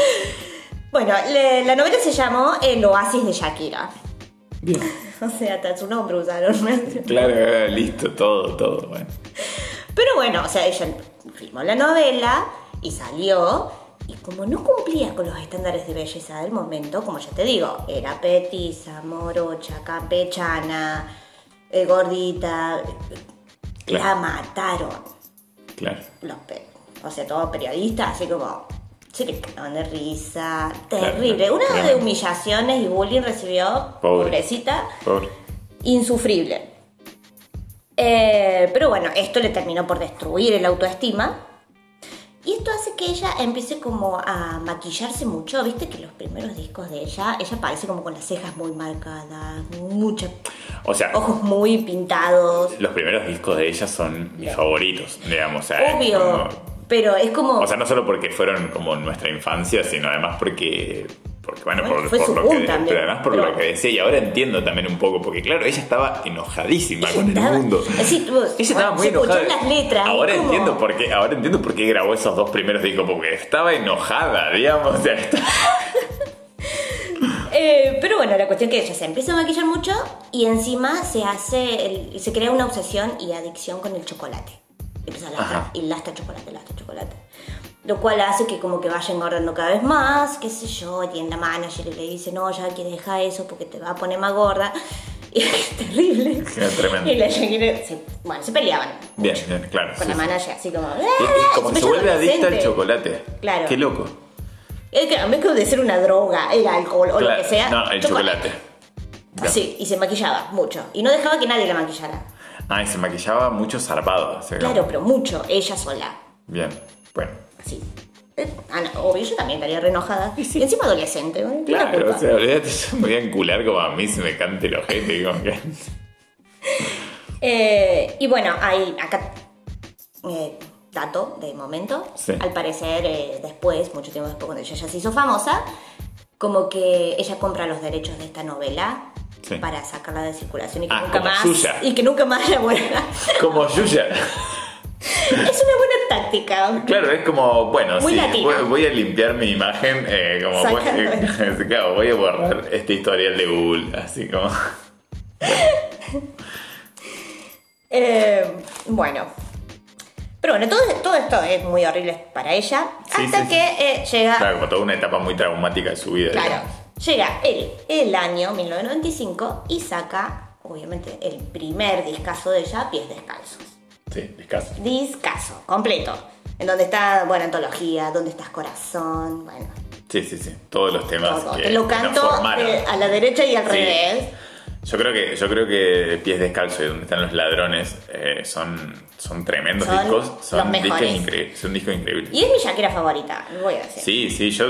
S2: Bueno, le- la novela se llamó El Oasis de Shakira. <laughs>
S1: Bien.
S2: O sea, hasta su nombre usaron.
S1: Claro, eh, listo, todo, todo. Bueno.
S2: Pero bueno, o sea, ella filmó la novela y salió. Y como no cumplía con los estándares de belleza del momento, como ya te digo, era petiza, morocha, campechana, eh, gordita, eh,
S1: Claro.
S2: la mataron.
S1: Claro.
S2: Los pe- o sea, todos periodistas, así como, se le cagaban de risa,
S1: Claro,
S2: terrible. Una de
S1: tremendo.
S2: humillaciones y bullying recibió,
S1: Pobre.
S2: pobrecita
S1: Pobre.
S2: insufrible. Eh, pero bueno, esto le terminó por destruir el autoestima. Y esto hace que ella empiece como a maquillarse mucho. Viste que los primeros discos de ella, ella parece como con las cejas muy marcadas, muchos
S1: O sea,
S2: ojos muy pintados.
S1: los primeros discos de ella son mis favoritos, digamos. O sea, es
S2: Obvio,
S1: como-
S2: pero es como...
S1: o sea, no solo porque fueron como nuestra infancia, sino además porque. Porque, bueno,
S2: Bueno,
S1: por,
S2: fue
S1: por
S2: su
S1: lo que,
S2: boom también,
S1: pero además por
S2: pero-
S1: lo que decía, y ahora entiendo también un poco, porque claro, ella estaba enojadísima
S2: Ella
S1: con
S2: estaba-
S1: el mundo.
S2: sí, vos-
S1: ella estaba
S2: bueno,
S1: muy
S2: se escuchó
S1: enojada.
S2: en las letras,
S1: ahora
S2: es como-
S1: entiendo por qué, ahora entiendo por qué grabó esos dos primeros discos, porque estaba enojada, digamos. O sea, está-
S2: Eh, pero bueno, la cuestión que ella se empieza a maquillar mucho y encima se hace, el- se crea una obsesión y adicción con el chocolate. Empieza a lastrar,
S1: Ajá.
S2: y lastra chocolate, lastra chocolate. Lo cual hace que como que vaya engordando cada vez más, qué sé yo, tiene la manager y le dice, no, ya que deja eso porque te va a poner más gorda. <laughs> Y terrible.
S1: Era tremendo.
S2: Y la Shakira se, bueno, se peleaban
S1: Bien, bien, claro.
S2: con
S1: sí,
S2: la
S1: sí.
S2: manager, así como.
S1: Y- y como
S2: "Ah,
S1: que se
S2: yo
S1: vuelve adicta al
S2: adolescente".
S1: chocolate.
S2: Claro.
S1: Qué loco.
S2: Es que, a mí que de ser una droga, el alcohol o
S1: Claro,
S2: lo que sea.
S1: No, el chocolate. Claro.
S2: Sí, y se maquillaba mucho. Y no dejaba que nadie la maquillara.
S1: Ah, y se maquillaba mucho zarpado. o sea,
S2: Claro, pero mucho, ella sola.
S1: Bien, bueno.
S2: Sí. Eh, Ah, no, obvio, yo también estaría re enojada. Y encima adolescente, ¿no? Tiene la
S1: Claro,
S2: culpa.
S1: o sea, olvídate, yo me voy a encular como a mí se me cante el ojete. Como que...
S2: Eh, y bueno, hay acá eh, dato de momento.
S1: Sí.
S2: Al parecer, eh, después, mucho tiempo después, cuando ella ya se hizo famosa, como que ella compra los derechos de esta novela
S1: Sí.
S2: para sacarla de circulación y que
S1: Ah,
S2: nunca
S1: como
S2: más
S1: suya.
S2: y que nunca más
S1: <laughs>
S2: la vuelva.
S1: Como Yuya.
S2: es una buena táctica.
S1: Claro, es como, bueno,
S2: Muy
S1: sí,
S2: latina.
S1: voy, voy a limpiar mi imagen. eh, como voy, <laughs>
S2: Sacando
S1: claro, voy a borrar este historial de Google. Así como.
S2: Ah. Eh, bueno. Pero bueno, todo, todo esto es muy horrible para ella.
S1: Sí,
S2: hasta
S1: sí,
S2: que eh, llega
S1: Claro, como toda una etapa muy traumática de su vida.
S2: Claro.
S1: digamos.
S2: Llega el, el año 1995 y saca, obviamente, el primer discazo de ella, Pies Descalzos.
S1: Sí, descanso.
S2: Discazo, completo. En donde está, bueno, antología, donde estás corazón, bueno,
S1: Sí, sí, sí. Todos los temas.
S2: todo.
S1: que-
S2: Te lo
S1: que nos
S2: canto
S1: formaron.
S2: eh, a la derecha y al
S1: Sí.
S2: revés.
S1: Yo creo que, yo creo que Pies Descalzo y Donde están los ladrones eh, son, son tremendos
S2: Son
S1: discos. Son
S2: los
S1: discos
S2: mejores.
S1: increíbles. Son discos increíbles.
S2: Y es mi Shakira favorita, lo voy a decir.
S1: Sí, sí, yo,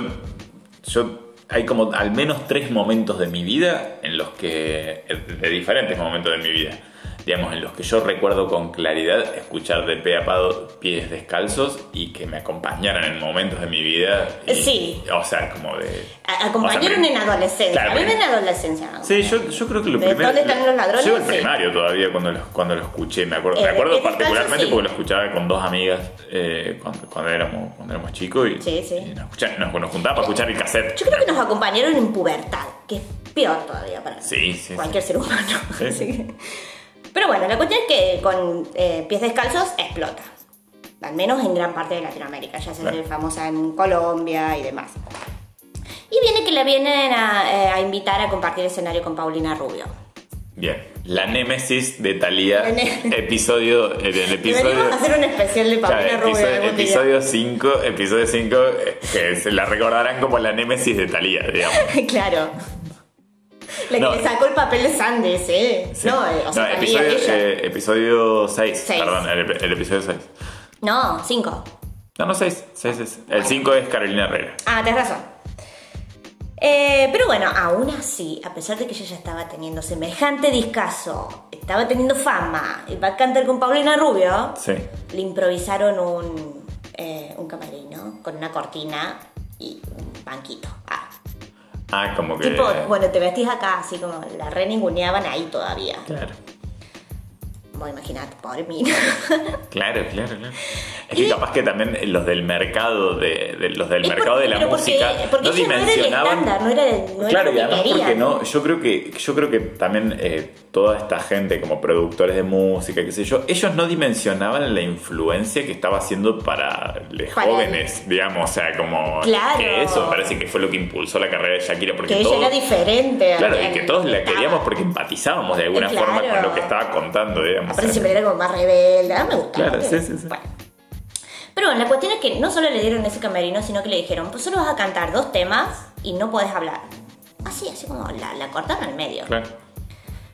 S1: yo hay como al menos tres momentos de mi vida en los que, de diferentes momentos de mi vida, digamos, en los que yo recuerdo con claridad escuchar de pe a pado pies descalzos y que me acompañaran en momentos de mi vida. y-
S2: Sí.
S1: O sea, como de...
S2: A- Acompañaron
S1: o sea,
S2: en adolescencia.
S1: Claro,
S2: A mí
S1: pero-
S2: en adolescencia.
S1: Sí, yo, yo creo que lo
S2: ¿De
S1: primero.
S2: dónde están los ladrones?
S1: Yo el
S2: Sí.
S1: primario todavía cuando lo, cuando lo escuché, me acuerdo.
S2: Eh,
S1: me acuerdo
S2: en este
S1: particularmente
S2: caso, sí.
S1: porque lo escuchaba con dos amigas eh, cuando, cuando éramos, cuando éramos chicos y,
S2: Sí, sí.
S1: y nos, escucha- nos- nos juntábamos a escuchar el cassette.
S2: Yo creo que nos acompañaron en pubertad, que es peor todavía para
S1: Sí, sí,
S2: cualquier ser humano. <laughs>
S1: Sí.
S2: Así que- Pero bueno, la cuestión es que con eh, pies descalzos explota. Al menos en gran parte de Latinoamérica. Ya se hace
S1: Claro.
S2: famosa en Colombia y demás. Y viene que la vienen a, eh, a invitar a compartir escenario con Paulina Rubio.
S1: Bien. La Némesis de Thalía,
S2: La ne-
S1: <laughs> episodio. El, el episodio.
S2: Deberíamos hacer un especial
S1: <laughs>
S2: de
S1: claro,
S2: Paulina Rubio
S1: episodio-
S2: algún día.
S1: episodio 5, episodio 5, eh, que se la recordarán como la némesis de Thalía, digamos.
S2: <laughs> claro. La
S1: No.
S2: que le sacó el papel de Sandes, ¿eh?
S1: Sí.
S2: <laughs> No, eh, o sea,
S1: No,
S2: también
S1: episodio,
S2: ella.
S1: 6,
S2: Seis.
S1: perdón, el, ep- el episodio 6.
S2: No, cinco.
S1: No, no, 6. El 5 es Carolina Herrera.
S2: Ah, tenés razón. Eh, pero bueno, aún así, a pesar de que ella ya estaba teniendo semejante discazo, estaba teniendo fama, y va a cantar con Paulina Rubio,
S1: Sí.
S2: le improvisaron un, eh, un camerino con una cortina y un banquito. Ah,
S1: Ah, como que.
S2: Tipo, bueno, te vestís acá, así como la re ninguneaban ahí todavía.
S1: Claro.
S2: Bueno, imagínate, pobre mina.
S1: Claro, claro, claro. Es que
S2: Y-
S1: capaz que también los del mercado de, de- los del
S2: <laughs> Es
S1: mercado
S2: porque-
S1: de la
S2: pero porque-
S1: música
S2: porque
S1: no
S2: ella no era el
S1: dimensionaban.
S2: estándar, no era el- no era
S1: claro,
S2: lo
S1: y
S2: que
S1: además porque
S2: querían.
S1: no, yo creo que yo creo que también eh, toda esta gente como productores de música, qué sé yo, ellos no dimensionaban la influencia que estaba haciendo para los
S2: Para el-
S1: jóvenes, digamos, o sea, como
S2: Claro.
S1: que eso me parece que fue lo que impulsó la carrera de Shakira porque
S2: que ella
S1: todos-
S2: era diferente. a-
S1: Claro, y
S2: a-
S1: que todos la
S2: estaba.
S1: queríamos porque empatizábamos de alguna
S2: Claro.
S1: forma con lo que estaba contando, digamos.
S2: Aparte
S1: o sea.
S2: siempre era como más rebelde, ah, me gustaba.
S1: Claro, sí, sí, sí.
S2: Bueno. Pero bueno, la cuestión es que no solo le dieron ese camerino, sino que le dijeron, pues solo vas a cantar dos temas y no podés hablar. Así, así como la, la cortaron al medio.
S1: Claro.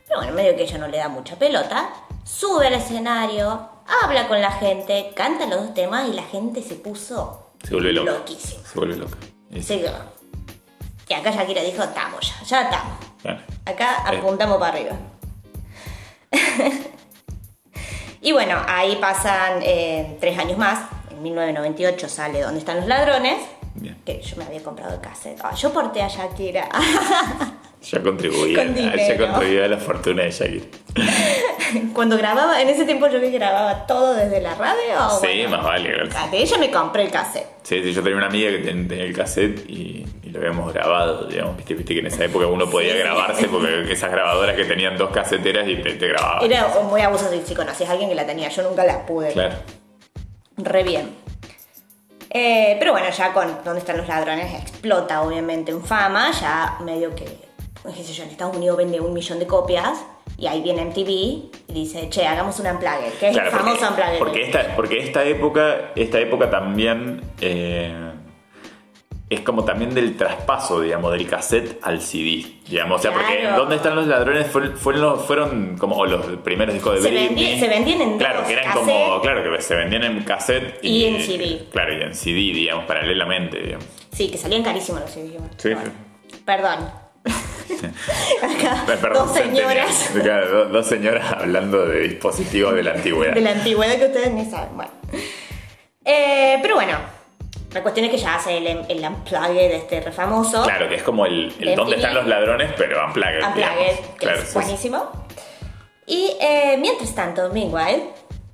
S2: Pero bueno, medio que ella no le da mucha pelota. Sube al escenario, habla con la gente, canta los dos temas y la gente se puso
S1: Se vuelve loca.
S2: loquísima.
S1: Se vuelve loca. Y sí,
S2: Así que- Y acá Shakira dijo, estamos ya, ya estamos.
S1: claro.
S2: Acá
S1: Eh.
S2: apuntamos para arriba. <laughs> y bueno, ahí pasan eh, tres años más. En 1998 sale Donde están los ladrones.
S1: Bien.
S2: Que yo me había comprado el cassette. Ah, yo porté a Shakira.
S1: Ya contribuía,
S2: Con
S1: ya
S2: dinero.
S1: contribuía a la fortuna de Shakira.
S2: <laughs> Cuando grababa, en ese tiempo yo que grababa todo desde la radio.
S1: sí,
S2: Oh, bueno,
S1: más vale. claro.
S2: De ella me compré el cassette.
S1: Sí, sí, yo tenía una amiga que ten- tenía el cassette y, y lo habíamos grabado, digamos, viste, viste que en esa época uno podía
S2: Sí.
S1: grabarse porque esas grabadoras que tenían dos caseteras y te, te grababan.
S2: Era muy abuso si conocías a alguien que la tenía. Yo nunca la pude.
S1: Claro.
S2: Re bien. Eh, pero bueno, ya con Dónde están los ladrones pues, explota obviamente en fama, ya medio que, qué sé yo, en Estados Unidos vende un millón de copias Y ahí viene MTV y dice, che, hagamos un unplugged, que es
S1: Claro,
S2: el famoso
S1: porque,
S2: unplugged.
S1: porque esta, porque esta época, esta época también eh, es como también del traspaso, digamos, del cassette al CD, digamos. O sea, porque
S2: Claro.
S1: ¿Dónde están los ladrones? Fue- fueron, fueron como o los primeros discos de
S2: Se
S1: Britney.
S2: vendía- se vendían en
S1: Claro,
S2: dos,
S1: que eran
S2: cassette.
S1: como, claro, que se vendían en cassette
S2: Y en CD.
S1: Claro, y en CD, digamos, paralelamente, digamos. Eh,
S2: Sí, que salían carísimos los CDs. igual.
S1: Sí,
S2: Bueno, Perdón. <laughs> Acá,
S1: Eh, perdón,
S2: dos
S1: centenial.
S2: señoras
S1: <laughs> Claro, do- dos, señoras hablando de dispositivos de la antigüedad.
S2: de la antigüedad que ustedes ni saben. Bueno. Eh, pero bueno, la cuestión es que ya hace el, el unplugged de este re famoso.
S1: Claro, que es como el, el
S2: De
S1: dónde
S2: MTV.
S1: están los ladrones, pero unplugged.
S2: Unplugged,
S1: Eh, digamos.
S2: que
S1: Claro,
S2: es
S1: sí, sí.
S2: buenísimo. Y eh, mientras tanto, meanwhile,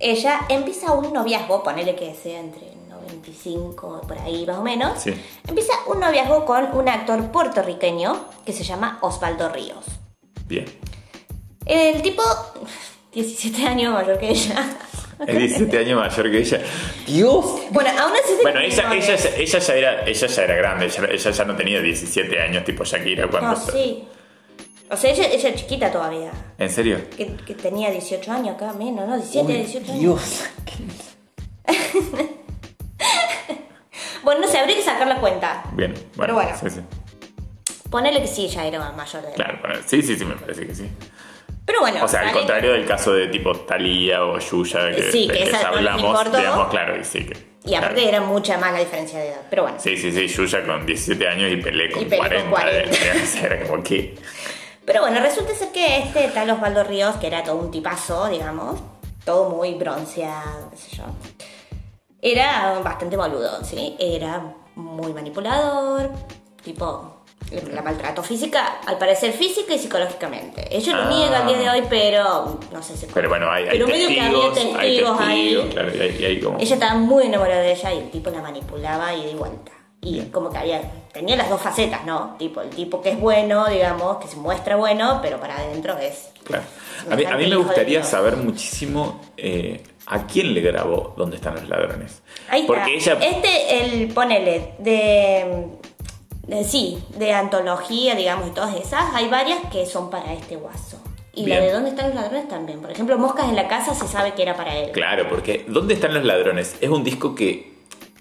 S2: ella empieza un noviazgo, ponele que sea entre 95, por ahí más o menos.
S1: Sí.
S2: Empieza un noviazgo con un actor puertorriqueño que se llama Osvaldo Ríos.
S1: Bien.
S2: El tipo, <laughs> 17 años mayor que ella. <laughs>
S1: Es 17 años mayor que ella. ¡Dios!
S2: Bueno, aún así... se
S1: Bueno,
S2: tiene
S1: ella,
S2: novios.
S1: ella, ya- ella, ya era, ella ya era grande, ella, ella ya no tenía 17 años, tipo Shakira. Cuando
S2: No, Ah, sí. O sea, ella, ella chiquita todavía.
S1: ¿En serio?
S2: Que, que tenía 18 años acá, menos, ¿no? 17, 18 años.
S1: Dios.
S2: Bueno, no sé, habría que sacar la cuenta.
S1: Bien, bueno.
S2: Pero bueno.
S1: Sí, sí.
S2: Ponele que sí, ya era mayor de edad.
S1: Claro, bueno, sí, sí, sí, me parece que sí.
S2: Pero bueno,
S1: O sea, al
S2: sale-
S1: contrario del caso de tipo Talía o Yuya, que,
S2: Sí, que
S1: del que
S2: esa
S1: ya
S2: no les
S1: hablamos,
S2: importó.
S1: digamos, claro, y sí que.
S2: Y aparte
S1: claro.
S2: era mucha más la diferencia de edad. Pero bueno.
S1: Sí, sí, sí, Yuya con 17 años y Pelé con
S2: Y Pelé
S1: 40.
S2: con 40.
S1: digamos, <laughs> era como que.
S2: Pero bueno, resulta ser que este tal Osvaldo Ríos, que era todo un tipazo, digamos, todo muy bronceado, qué sé yo, era bastante boludo, ¿sí? Era muy manipulador, tipo, le- la maltrato física, al parecer física y psicológicamente. Ellos
S1: Ah.
S2: lo niegan al día de hoy, pero no sé si...
S1: Pero bueno, hay, hay
S2: Pero medio que había
S1: testigos, hay
S2: testigos ahí.
S1: testigos, claro, y hay, y hay como.
S2: Ella estaba muy enamorada de ella y el tipo la manipulaba y de vuelta. Y como que había, tenía las dos facetas, ¿no? Tipo, el tipo que es bueno, digamos, que se muestra bueno, pero para adentro es
S1: Claro. A mí, a mí me gustaría saber muchísimo eh, a quién le grabó Dónde están los ladrones.
S2: Ahí está.
S1: Porque ella.
S2: Este, el, ponele, de, de- Sí, de antología, digamos, y todas esas. Hay varias que son para este guaso. Y
S1: Bien.
S2: la de dónde están los ladrones también. Por ejemplo, Moscas en la casa se sabe que era para él.
S1: Claro, porque ¿Dónde están los ladrones? Es un disco que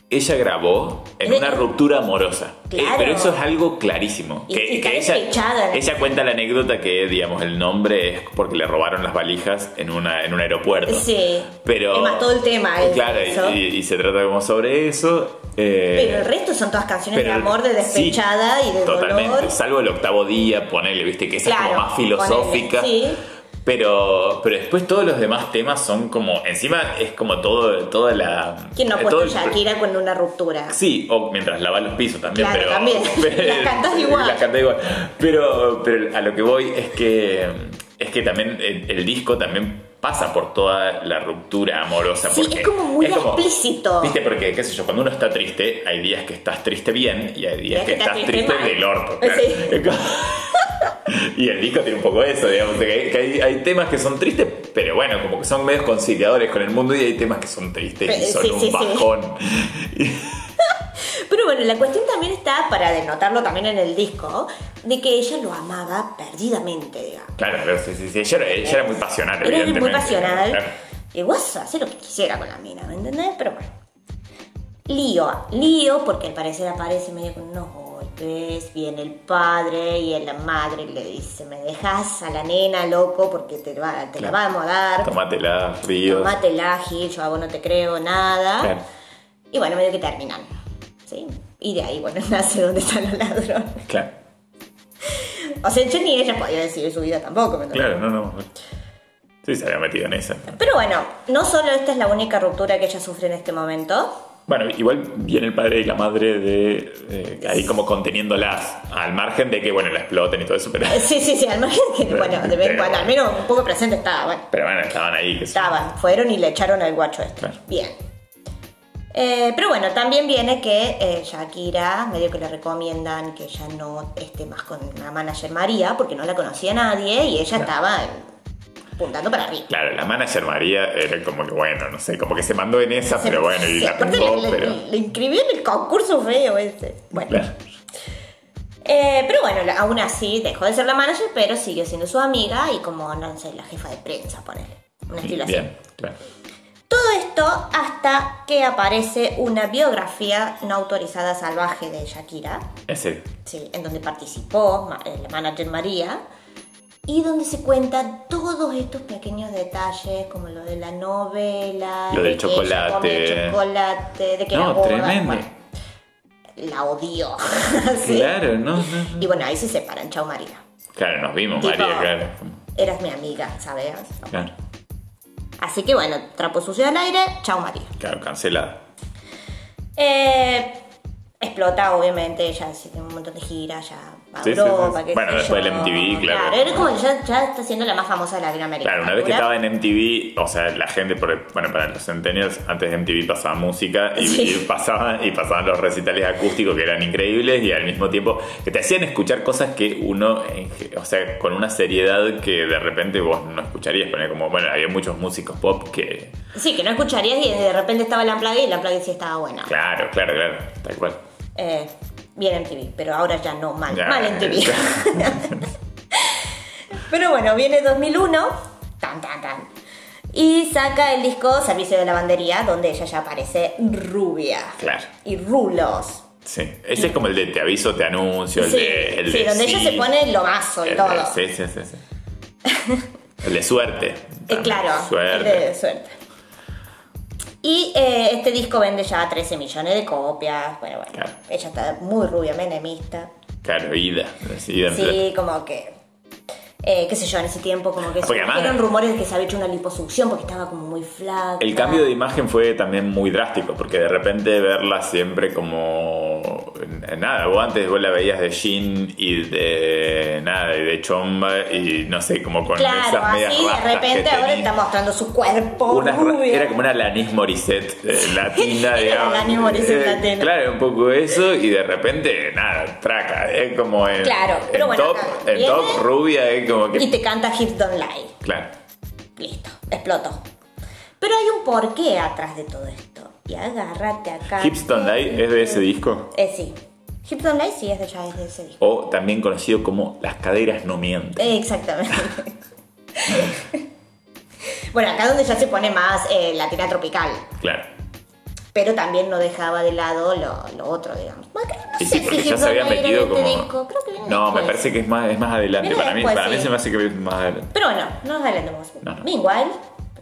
S1: ella grabó en
S2: Eh,
S1: una ruptura amorosa. Eh,
S2: claro.
S1: pero eso es algo clarísimo.
S2: Y- y está despechada.
S1: ella, ella cuenta la anécdota que, digamos, el nombre es porque le robaron las valijas en, una, en un aeropuerto.
S2: Sí.
S1: Pero.
S2: Es más, todo el tema es
S1: Claro,
S2: eso.
S1: y, y- y se trata como sobre eso. eh,
S2: Pero el resto son todas canciones de amor, de
S1: sí,
S2: despechada y de
S1: totalmente,
S2: dolor.
S1: Salvo el octavo día, ponele, viste, que esa es como
S2: Claro,
S1: más filosófica.
S2: ponele, sí.
S1: Pero, pero después todos los demás temas son como. Encima es como todo, toda la.
S2: ¿Quién no ha
S1: eh, todo
S2: puesto
S1: el-
S2: Shakira con una ruptura?
S1: Sí, o mientras lavas los pisos también.
S2: Claro,
S1: pero, <laughs>
S2: también.
S1: pero-
S2: Las cantás igual.
S1: las cantás igual. Pero, pero a lo que voy es que. Es que también el, el disco también pasa por toda la ruptura amorosa.
S2: Sí,
S1: porque
S2: es como muy explícito.
S1: Viste, porque, qué sé yo, cuando uno está triste, hay días que estás triste bien y hay días que, estás triste,
S2: mal.
S1: del orto. claro.
S2: Sí.
S1: Es como- <laughs> Y el disco tiene un poco eso, digamos, de que, hay, que hay- hay temas que son tristes, pero bueno, como que son medios conciliadores con el mundo y hay temas que son tristes y
S2: Pe-
S1: son
S2: sí,
S1: un
S2: sí, sí.
S1: bajón.
S2: Pero bueno, la cuestión también está, para denotarlo también en el disco, de que ella lo amaba perdidamente, digamos.
S1: Claro, pero sí, sí, sí. Ella, era- ella era muy pasional,
S2: Era
S1: evidentemente.
S2: muy pasional.
S1: Claro.
S2: Y vos hacer lo que quisiera con la mina, ¿me entendés? Pero bueno. Lío, lío, porque al parecer aparece medio con unos golpes. Viene el padre y la madre le dice: Me dejas a la nena, loco, porque te, va- te la
S1: Claro.
S2: vamos a dar.
S1: Tómatela, frío.
S2: Tomate el ágil, yo a vos no te creo nada.
S1: Claro.
S2: Y bueno, medio que terminan. ¿sí? Y de ahí, bueno, <laughs> nace donde están los ladrones.
S1: Claro,
S2: O sea, yo ni ella podía decidir su vida tampoco. ¿me entendés?
S1: claro, no, no. Sí, se había metido en esa.
S2: Pero bueno, no solo esta es la única ruptura que ella sufre en este momento. <laughs>
S1: Bueno, igual viene el padre y la madre de. eh, ahí como conteniéndolas, al margen de que, bueno, la exploten y todo eso, pero.
S2: Eh, Sí, sí, sí, al margen que, bueno, de vez en cuando, al menos un poco presente estaba, bueno,
S1: Pero bueno, estaban ahí. Que
S2: estaban, fueron y le echaron al guacho este.
S1: Claro.
S2: Bien. Eh, pero bueno, también viene que eh, Shakira, medio que le recomiendan que ella no esté más con la manager María, porque no la conocía nadie y ella estaba eh, apuntando para arriba.
S1: Claro, la manager María era como que, bueno, no sé, como que se mandó en esa, pero bueno, y
S2: Sí,
S1: la
S2: aparte
S1: pintó,
S2: le, le-
S1: pero.
S2: le inscribió en el concurso feo ese. Bueno.
S1: Claro.
S2: Eh, Eh, pero bueno, la- aún así dejó de ser la manager, pero siguió siendo su amiga y como, no sé, la jefa de prensa, ponele. Un estilo así.
S1: Bien, claro.
S2: Todo esto hasta que aparece una biografía no autorizada salvaje de Shakira,
S1: En serio.
S2: sí, en donde participó ma- eh, la manager María y donde se cuentan todos estos pequeños detalles, como lo de la novela,
S1: Lo del
S2: de que ella
S1: chocolate.
S2: come chocolate, de que
S1: No,
S2: era boda,
S1: tremendo.
S2: bueno, la odió. <laughs> sí.
S1: Claro, no, no, no.
S2: Y bueno, ahí se separan, chau María.
S1: Claro, nos vimos,
S2: Tipo,
S1: María, claro.
S2: Eras mi amiga, ¿sabes?
S1: Claro,
S2: Así que bueno, trapo sucio al aire, chau María.
S1: claro cancelada.
S2: Eh, explota, obviamente, ya tiene un montón de giras, ya va a
S1: Sí, sí,
S2: Europa,
S1: sí.
S2: qué
S1: Bueno,
S2: sé
S1: después
S2: yo.
S1: del MTV, claro.
S2: era como ya, ya está siendo la más famosa de Latinoamérica.
S1: Claro, una vez que
S2: ¿verdad?
S1: estaba en MTV, o sea, la gente, por- bueno, para los centennials, antes de MTV pasaba música y,
S2: Sí.
S1: y pasaban, y pasaban los recitales acústicos que eran increíbles y al mismo tiempo que te hacían escuchar cosas que uno, en ge- o sea, con una seriedad que de repente vos no escucharías. Poner como, bueno, había muchos músicos pop que.
S2: Sí, que no escucharías y de repente estaba la plague y la plague sí estaba buena.
S1: Claro, claro, claro, tal cual.
S2: Eh, bien en TV, pero ahora ya no, mal,
S1: Ya, eh,
S2: mal en TV.
S1: ya.
S2: <laughs> pero bueno, viene 2001, tan, tan, tan. Y saca el disco Servicio de Lavandería, donde ella ya aparece rubia.
S1: <laughs> Claro.
S2: Y rulos.
S1: Sí, ese es como el de te aviso, te anuncio, el
S2: sí,
S1: de. El
S2: sí,
S1: de
S2: donde ella se pone lomazo y
S1: El
S2: todo.
S1: de- Eh, Sí, sí, sí. sí. El de suerte.
S2: Eh, claro,
S1: Suerte.
S2: el de suerte. Y eh, este disco vende ya 13 millones de copias. Bueno, bueno,
S1: Claro.
S2: ella está muy rubia, menemista.
S1: Claro, ida. Ida en plan.
S2: Sí, como que. eh, qué sé yo, en ese tiempo, como que
S1: Porque además-
S2: eran rumores de que se había hecho una liposucción porque estaba como muy flaca.
S1: El cambio de imagen fue también muy drástico, porque de repente verla siempre como... eh, Nada, vos antes vos la veías de jean y de... Nada, y de chomba y no sé, como con
S2: Claro,
S1: esas medias
S2: así de
S1: rastas que
S2: repente ahora
S1: tenía.
S2: está mostrando su cuerpo
S1: Unas ra-
S2: rubio.
S1: era como una Lanis Morissette eh, latina, digamos.
S2: Alanis Morissette
S1: Eh,
S2: latina.
S1: Claro, un poco eso, y de repente, nada, traca. Es como en,
S2: Claro,
S1: en
S2: pero bueno,
S1: top,
S2: acá
S1: en
S2: viene-
S1: top rubia, es como que.
S2: Y te canta Hips Don't Lie.
S1: Claro,
S2: Listo, explotó. Pero hay un porqué atrás de todo esto. Y agárrate acá.
S1: Hipston Light es de ese disco,
S2: Eh, sí. Hipston Light sí es de, ya es de ese disco.
S1: o también conocido como Las caderas no mienten.
S2: Eh, exactamente. <laughs> bueno, acá donde ya se pone más eh, latina tropical.
S1: Claro.
S2: Pero también no dejaba de lado lo, lo otro, digamos. Bueno, creo- no
S1: Y
S2: sé
S1: sí, porque
S2: si
S1: ya
S2: Hip
S1: se
S2: Don't
S1: había
S2: Lie era
S1: metido
S2: de este
S1: como.
S2: disco. Creo que viene
S1: no, me
S2: después.
S1: parece que es más, es más adelante.
S2: Viene
S1: para mí,
S2: después,
S1: para mí
S2: sí.
S1: se me hace que es más adelante.
S2: Pero bueno, no nos adelantemos.
S1: No, no.
S2: Meanwhile,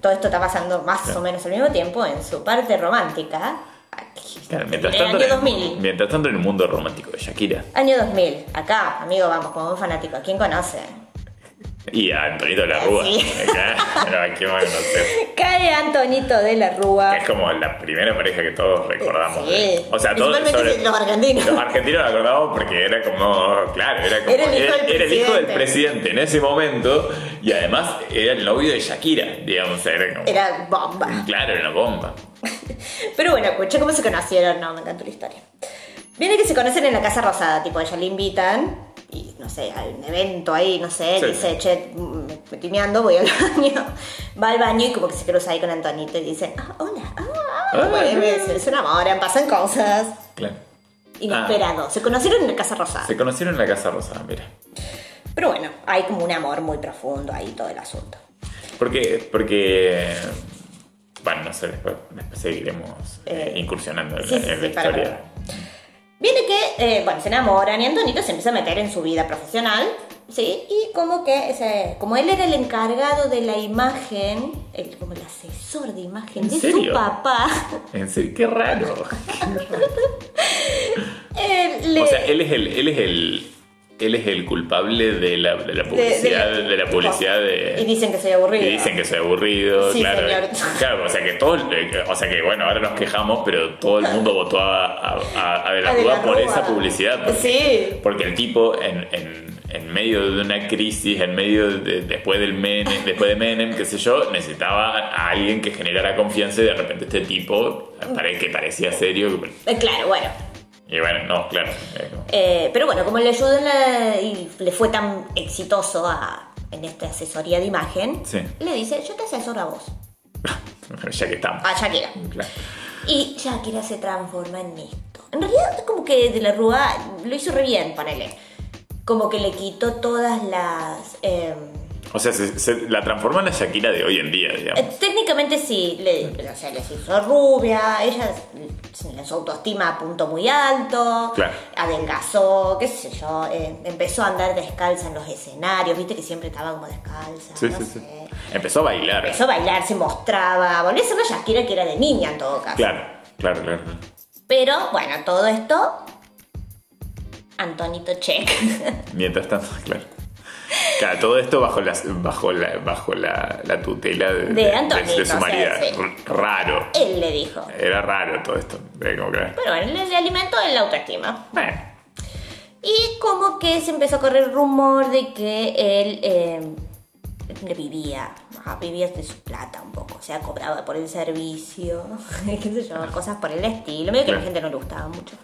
S2: todo esto está pasando más
S1: Claro.
S2: o menos al mismo tiempo en su parte romántica. Aquí,
S1: Claro, mientras
S2: en el
S1: tanto,
S2: año
S1: en el-
S2: 2000.
S1: mientras tanto, en el mundo romántico de Shakira.
S2: Año 2000, acá, amigo, vamos, como un fanático, ¿a quién conoce?
S1: Y a Antonito de la Rúa.
S2: Sí.
S1: <laughs> Claro, ¿a quién más conocer?
S2: Cae Antonito de la Rúa.
S1: Que Es como la primera pareja que todos recordamos.
S2: Ah. Sí.
S1: de- O sea, todos
S2: Principalmente
S1: sobre-
S2: los argentinos. <laughs>
S1: Los argentinos la acordamos porque era como, claro, era como
S2: Era el hijo del
S1: era el hijo del
S2: presidente.
S1: presidente en ese momento y además era el novio de Shakira, digamos, o sea, era como
S2: Era bomba.
S1: claro, era una bomba.
S2: Pero bueno, escuché cómo se conocieron, no, me encantó la historia. Viene que se conocen en la Casa Rosada, tipo, ella le invitan y no sé, hay un evento ahí, no sé,
S1: Sí,
S2: dice,
S1: sí.
S2: che, mm, me estoy timeando, voy al <laughs> baño. Va al baño y como que se cruza ahí con Antonito y dice, ah, hola, ah, ah,
S1: Ah,
S2: bueno,
S1: ah.
S2: se, se enamoran, pasan cosas.
S1: Claro.
S2: Inesperado. Se conocieron en la Casa Rosada.
S1: Se conocieron en la Casa Rosada, mira.
S2: Pero bueno, hay como un amor muy profundo ahí todo el asunto.
S1: Porque, porque bueno, no sé, después, después seguiremos eh,
S2: Eh,
S1: incursionando en,
S2: sí,
S1: la-
S2: sí,
S1: en la
S2: sí, para,
S1: historia.
S2: para. Viene que, eh, bueno, se enamoran y Antonito se empieza a meter en su vida profesional, ¿sí? Y como que, ese- como él era el encargado de la imagen, el- como el asesor de imagen
S1: ¿En
S2: de
S1: serio?
S2: su papá, <laughs>
S1: En serio, qué raro.
S2: eh, le-
S1: O sea, él es el, él es el, él es el culpable de la, de la publicidad, de, la publicidad
S2: Y
S1: de.
S2: dicen que soy aburrido.
S1: Y dicen que soy aburrido,
S2: Sí,
S1: claro.
S2: señor.
S1: Claro, o sea que todo, o sea que bueno, ahora nos quejamos, pero todo el mundo votó a, a, a- a De la
S2: A Ah, De
S1: Rúa
S2: la
S1: por
S2: Rúa.
S1: esa publicidad. porque-
S2: Sí.
S1: Porque el tipo en, en, en medio de una crisis, en medio de, después del Menem, después de Menem, qué sé yo, necesitaba a alguien que generara confianza y de repente este tipo, pare- que parecía serio,
S2: Eh, claro, bueno.
S1: y bueno, no, claro. es como-
S2: Eh, pero bueno, como le ayudó en la- y le fue tan exitoso a- en esta asesoría de imagen,
S1: Sí.
S2: le dice, yo te asesoro a vos,
S1: Bueno, eh, ya que estamos.
S2: a Shakira.
S1: Claro.
S2: Y Shakira se transforma en esto. En realidad, como que De la Rúa lo hizo re bien, ponele. como que le quitó todas las... em,
S1: O sea, se, se la transformó en la Shakira de hoy en día, digamos.
S2: Eh, Técnicamente sí, le, o sea, les hizo rubia, ella en su autoestima a punto muy alto,
S1: Claro.
S2: adelgazó, qué sé yo, eh, empezó a andar descalza en los escenarios, viste que siempre estaba como descalza,
S1: Sí,
S2: no
S1: sí,
S2: sé.
S1: sí. Empezó a bailar.
S2: Empezó a bailar, se mostraba, volvió a ser la Shakira que era de niña en todo caso.
S1: Claro, claro, claro.
S2: Pero bueno, todo esto, Antonito Check. <laughs>
S1: Mientras tanto, claro. Claro, todo esto bajo la, bajo la, bajo la, la tutela de,
S2: De
S1: de,
S2: Antonio,
S1: su
S2: o sea,
S1: marido.
S2: sí.
S1: R- Raro.
S2: Él le dijo.
S1: Era raro todo esto. Era como que,
S2: Pero bueno, le, le alimentó en la autoestima.
S1: eh,
S2: Y como que se empezó a correr el rumor de que él eh, le vivía, ajá, vivía de su plata un poco, o sea, cobraba por el servicio, <laughs> qué sé yo, cosas por el estilo, medio que a la
S1: Claro.
S2: gente no le gustaba mucho.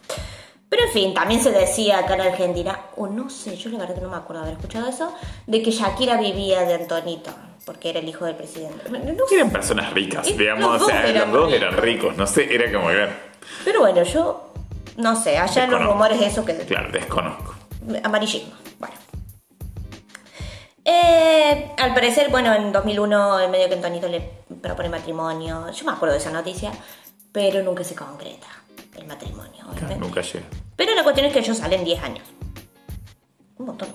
S2: Pero en fin, también se decía acá en Argentina, o no sé, yo la verdad que no me acuerdo haber escuchado eso, de que Shakira vivía de Antonito, porque era el hijo del presidente. Bueno, no sé.
S1: eran personas ricas,
S2: Y
S1: digamos.
S2: los
S1: O sea,
S2: dos eran
S1: los dos
S2: ricos.
S1: eran ricos. No sé, era como que,
S2: Pero bueno, yo no sé, allá los
S1: Desconozco.
S2: rumores esos que
S1: claro, desconozco.
S2: amarillismo. Bueno. Eh, al parecer, bueno, en 2001 el medio que Antonito le propone matrimonio. Yo me acuerdo de esa noticia, pero nunca se concreta el matrimonio.
S1: Claro,
S2: obviamente.
S1: nunca llega.
S2: Pero la cuestión es que ellos salen 10 años.
S1: <laughs>
S2: Un montón.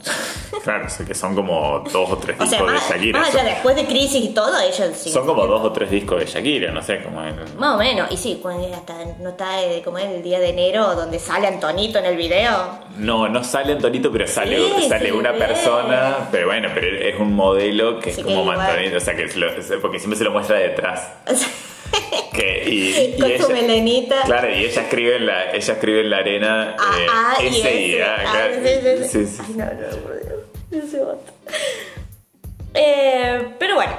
S1: Claro, sé que son como dos o tres
S2: o sea,
S1: discos
S2: más,
S1: de Shakira.
S2: más
S1: Son-
S2: allá después de crisis y todo, ellos sí.
S1: Son como dos o tres discos de Shakira, no sé, como en...
S2: Más o menos. Y sí, cuando era hasta, no está eh, como el día de enero donde sale Antonito en el video. <laughs>
S1: No, no sale Antonito, pero sale,
S2: Sí,
S1: sale
S2: sí,
S1: una
S2: ve.
S1: persona. Pero bueno, pero es un modelo que
S2: Sí,
S1: es
S2: que
S1: como
S2: igual.
S1: Antonito, o sea, que es lo- es- porque siempre se lo muestra detrás. Que, y, y
S2: Con su
S1: ella-
S2: melenita.
S1: Claro, y ella escribe en la, ella escribe en la arena
S2: A,
S1: eh,
S2: A Ah, y
S1: S
S2: S.
S1: y A,
S2: Ah,
S1: claro.
S2: sí, sí,
S1: Sí,
S2: sí.
S1: sí.
S2: Ay, no, no, por Dios. Ese vato. Eh, pero bueno.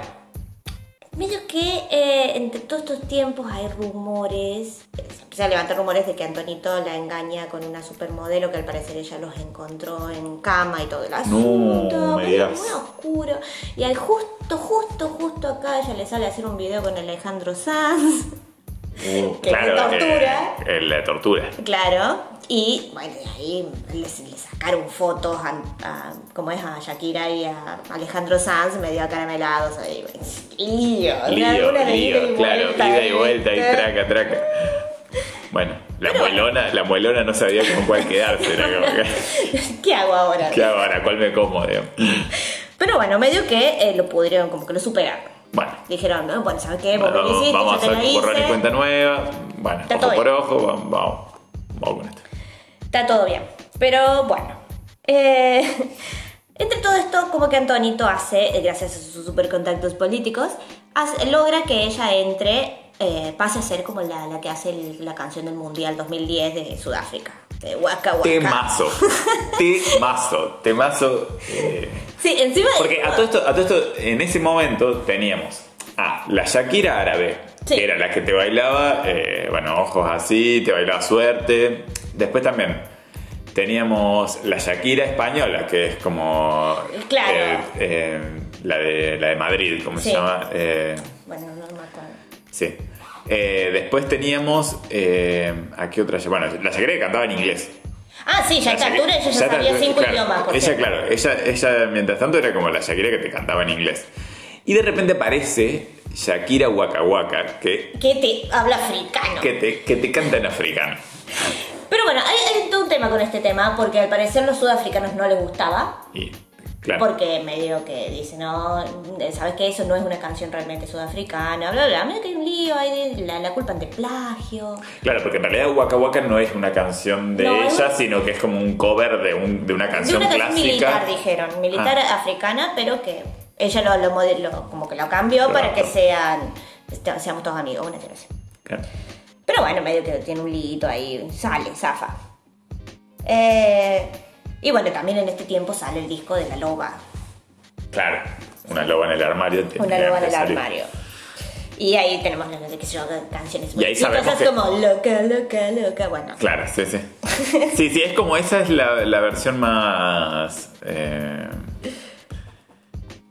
S2: Medio que eh, entre todos estos tiempos hay rumores, eh, se empieza a levantar rumores de que Antonito la engaña con una supermodelo que al parecer ella los encontró en cama y todo el asunto,
S1: me
S2: medio
S1: digas.
S2: muy oscuro. Y al justo, justo, justo acá ella le sale a hacer un video con Alejandro Sanz.
S1: Uh,
S2: Que la tortura.
S1: eh, eh, la tortura.
S2: Claro, y bueno, de ahí le, le sacaron fotos a, a- como es a Shakira y a Alejandro Sanz, medio acaramelados ahí, güey. lío, una-
S1: Lío,
S2: una de ida y
S1: lío, claro,
S2: vuelta,
S1: ida y vuelta y
S2: ¿viste?
S1: traca, traca. Bueno, la muelona, la muelona no sabía con cuál quedarse,
S2: <laughs>
S1: era como que,
S2: ¿Qué hago ahora?
S1: ¿qué hago ahora? ¿Cuál me como? digamos?
S2: Pero bueno, medio que eh, lo pudieron, como que lo superaron.
S1: Bueno,
S2: Dijeron, no, bueno, ¿sabes qué? Vos me lo
S1: Vamos,
S2: hiciste,
S1: vamos a
S2: yo te lo
S1: hacer borrón y
S2: hice.
S1: cuenta nueva. Bueno,
S2: Está todo
S1: ojo por
S2: bien.
S1: ojo, vamos, vamos, vamos con esto.
S2: Está todo bien. Pero bueno. eh, <laughs> entre todo esto, como que Antonito hace, eh, gracias a sus supercontactos políticos, hace- logra que ella entre, eh, pase a ser como la, la que hace el- la canción del Mundial 2010 de Sudáfrica. De Waka Waka.
S1: Temazo, temazo, temazo. eh,
S2: Sí, encima.
S1: porque a todo, esto, a todo esto, en ese momento teníamos a la Shakira árabe,
S2: Sí.
S1: que era la que te bailaba, eh, bueno, ojos así, te bailaba suerte. Después también teníamos la Shakira española, que es como.
S2: Claro.
S1: eh, eh, la, de, la de Madrid, ¿cómo
S2: Sí.
S1: se llama? Eh,
S2: Bueno, no me acuerdo.
S1: Sí. Eh, después teníamos. Eh, ¿A qué otra? Bueno, la Shakira que cantaba en inglés.
S2: Ah, sí, ya a
S1: La
S2: esta
S1: Shakira-
S2: altura ella ya
S1: ya está-
S2: sabía cinco
S1: claro,
S2: idiomas. por
S1: Ella,
S2: cierto.
S1: claro, ella, ella mientras tanto era como la Shakira que te cantaba en inglés. Y de repente aparece Shakira Waka Waka, que,
S2: Que te habla africano.
S1: que, te, que te canta en africano.
S2: Pero bueno, hay, hay todo un tema con este tema, porque al parecer los sudafricanos no les gustaba.
S1: Y, claro.
S2: Porque medio que dice, no, mm, sabes que eso no es una canción realmente sudafricana, bla, bla, medio que hay un lío, hay de- la, la culpan de plagio.
S1: Claro, porque en realidad Waka Waka no es una canción de
S2: No, es
S1: ella,
S2: una-
S1: sino que es como un cover de, un- de una
S2: De
S1: canción
S2: una canción
S1: clásica. Ah,
S2: militar, dijeron, militar africana, pero que ella lo, lo, mode- lo- como que lo cambió para
S1: Claro.
S2: que sean, este, seamos todos amigos, una cosa así.
S1: Claro.
S2: Pero bueno, medio que tiene un lito ahí, sale, zafa. Eh, y bueno, también en este tiempo sale el disco de La Loba,
S1: Claro, una loba en el armario.
S2: una
S1: tenía
S2: loba
S1: que
S2: del
S1: salir.
S2: armario. Y ahí tenemos las qué sé yo, canciones
S1: Y ahí sabemos
S2: chistosas
S1: que-
S2: como loca, loca, loca, bueno.
S1: Claro, sí, sí. Sí, sí, es como esa es la, la versión más. eh,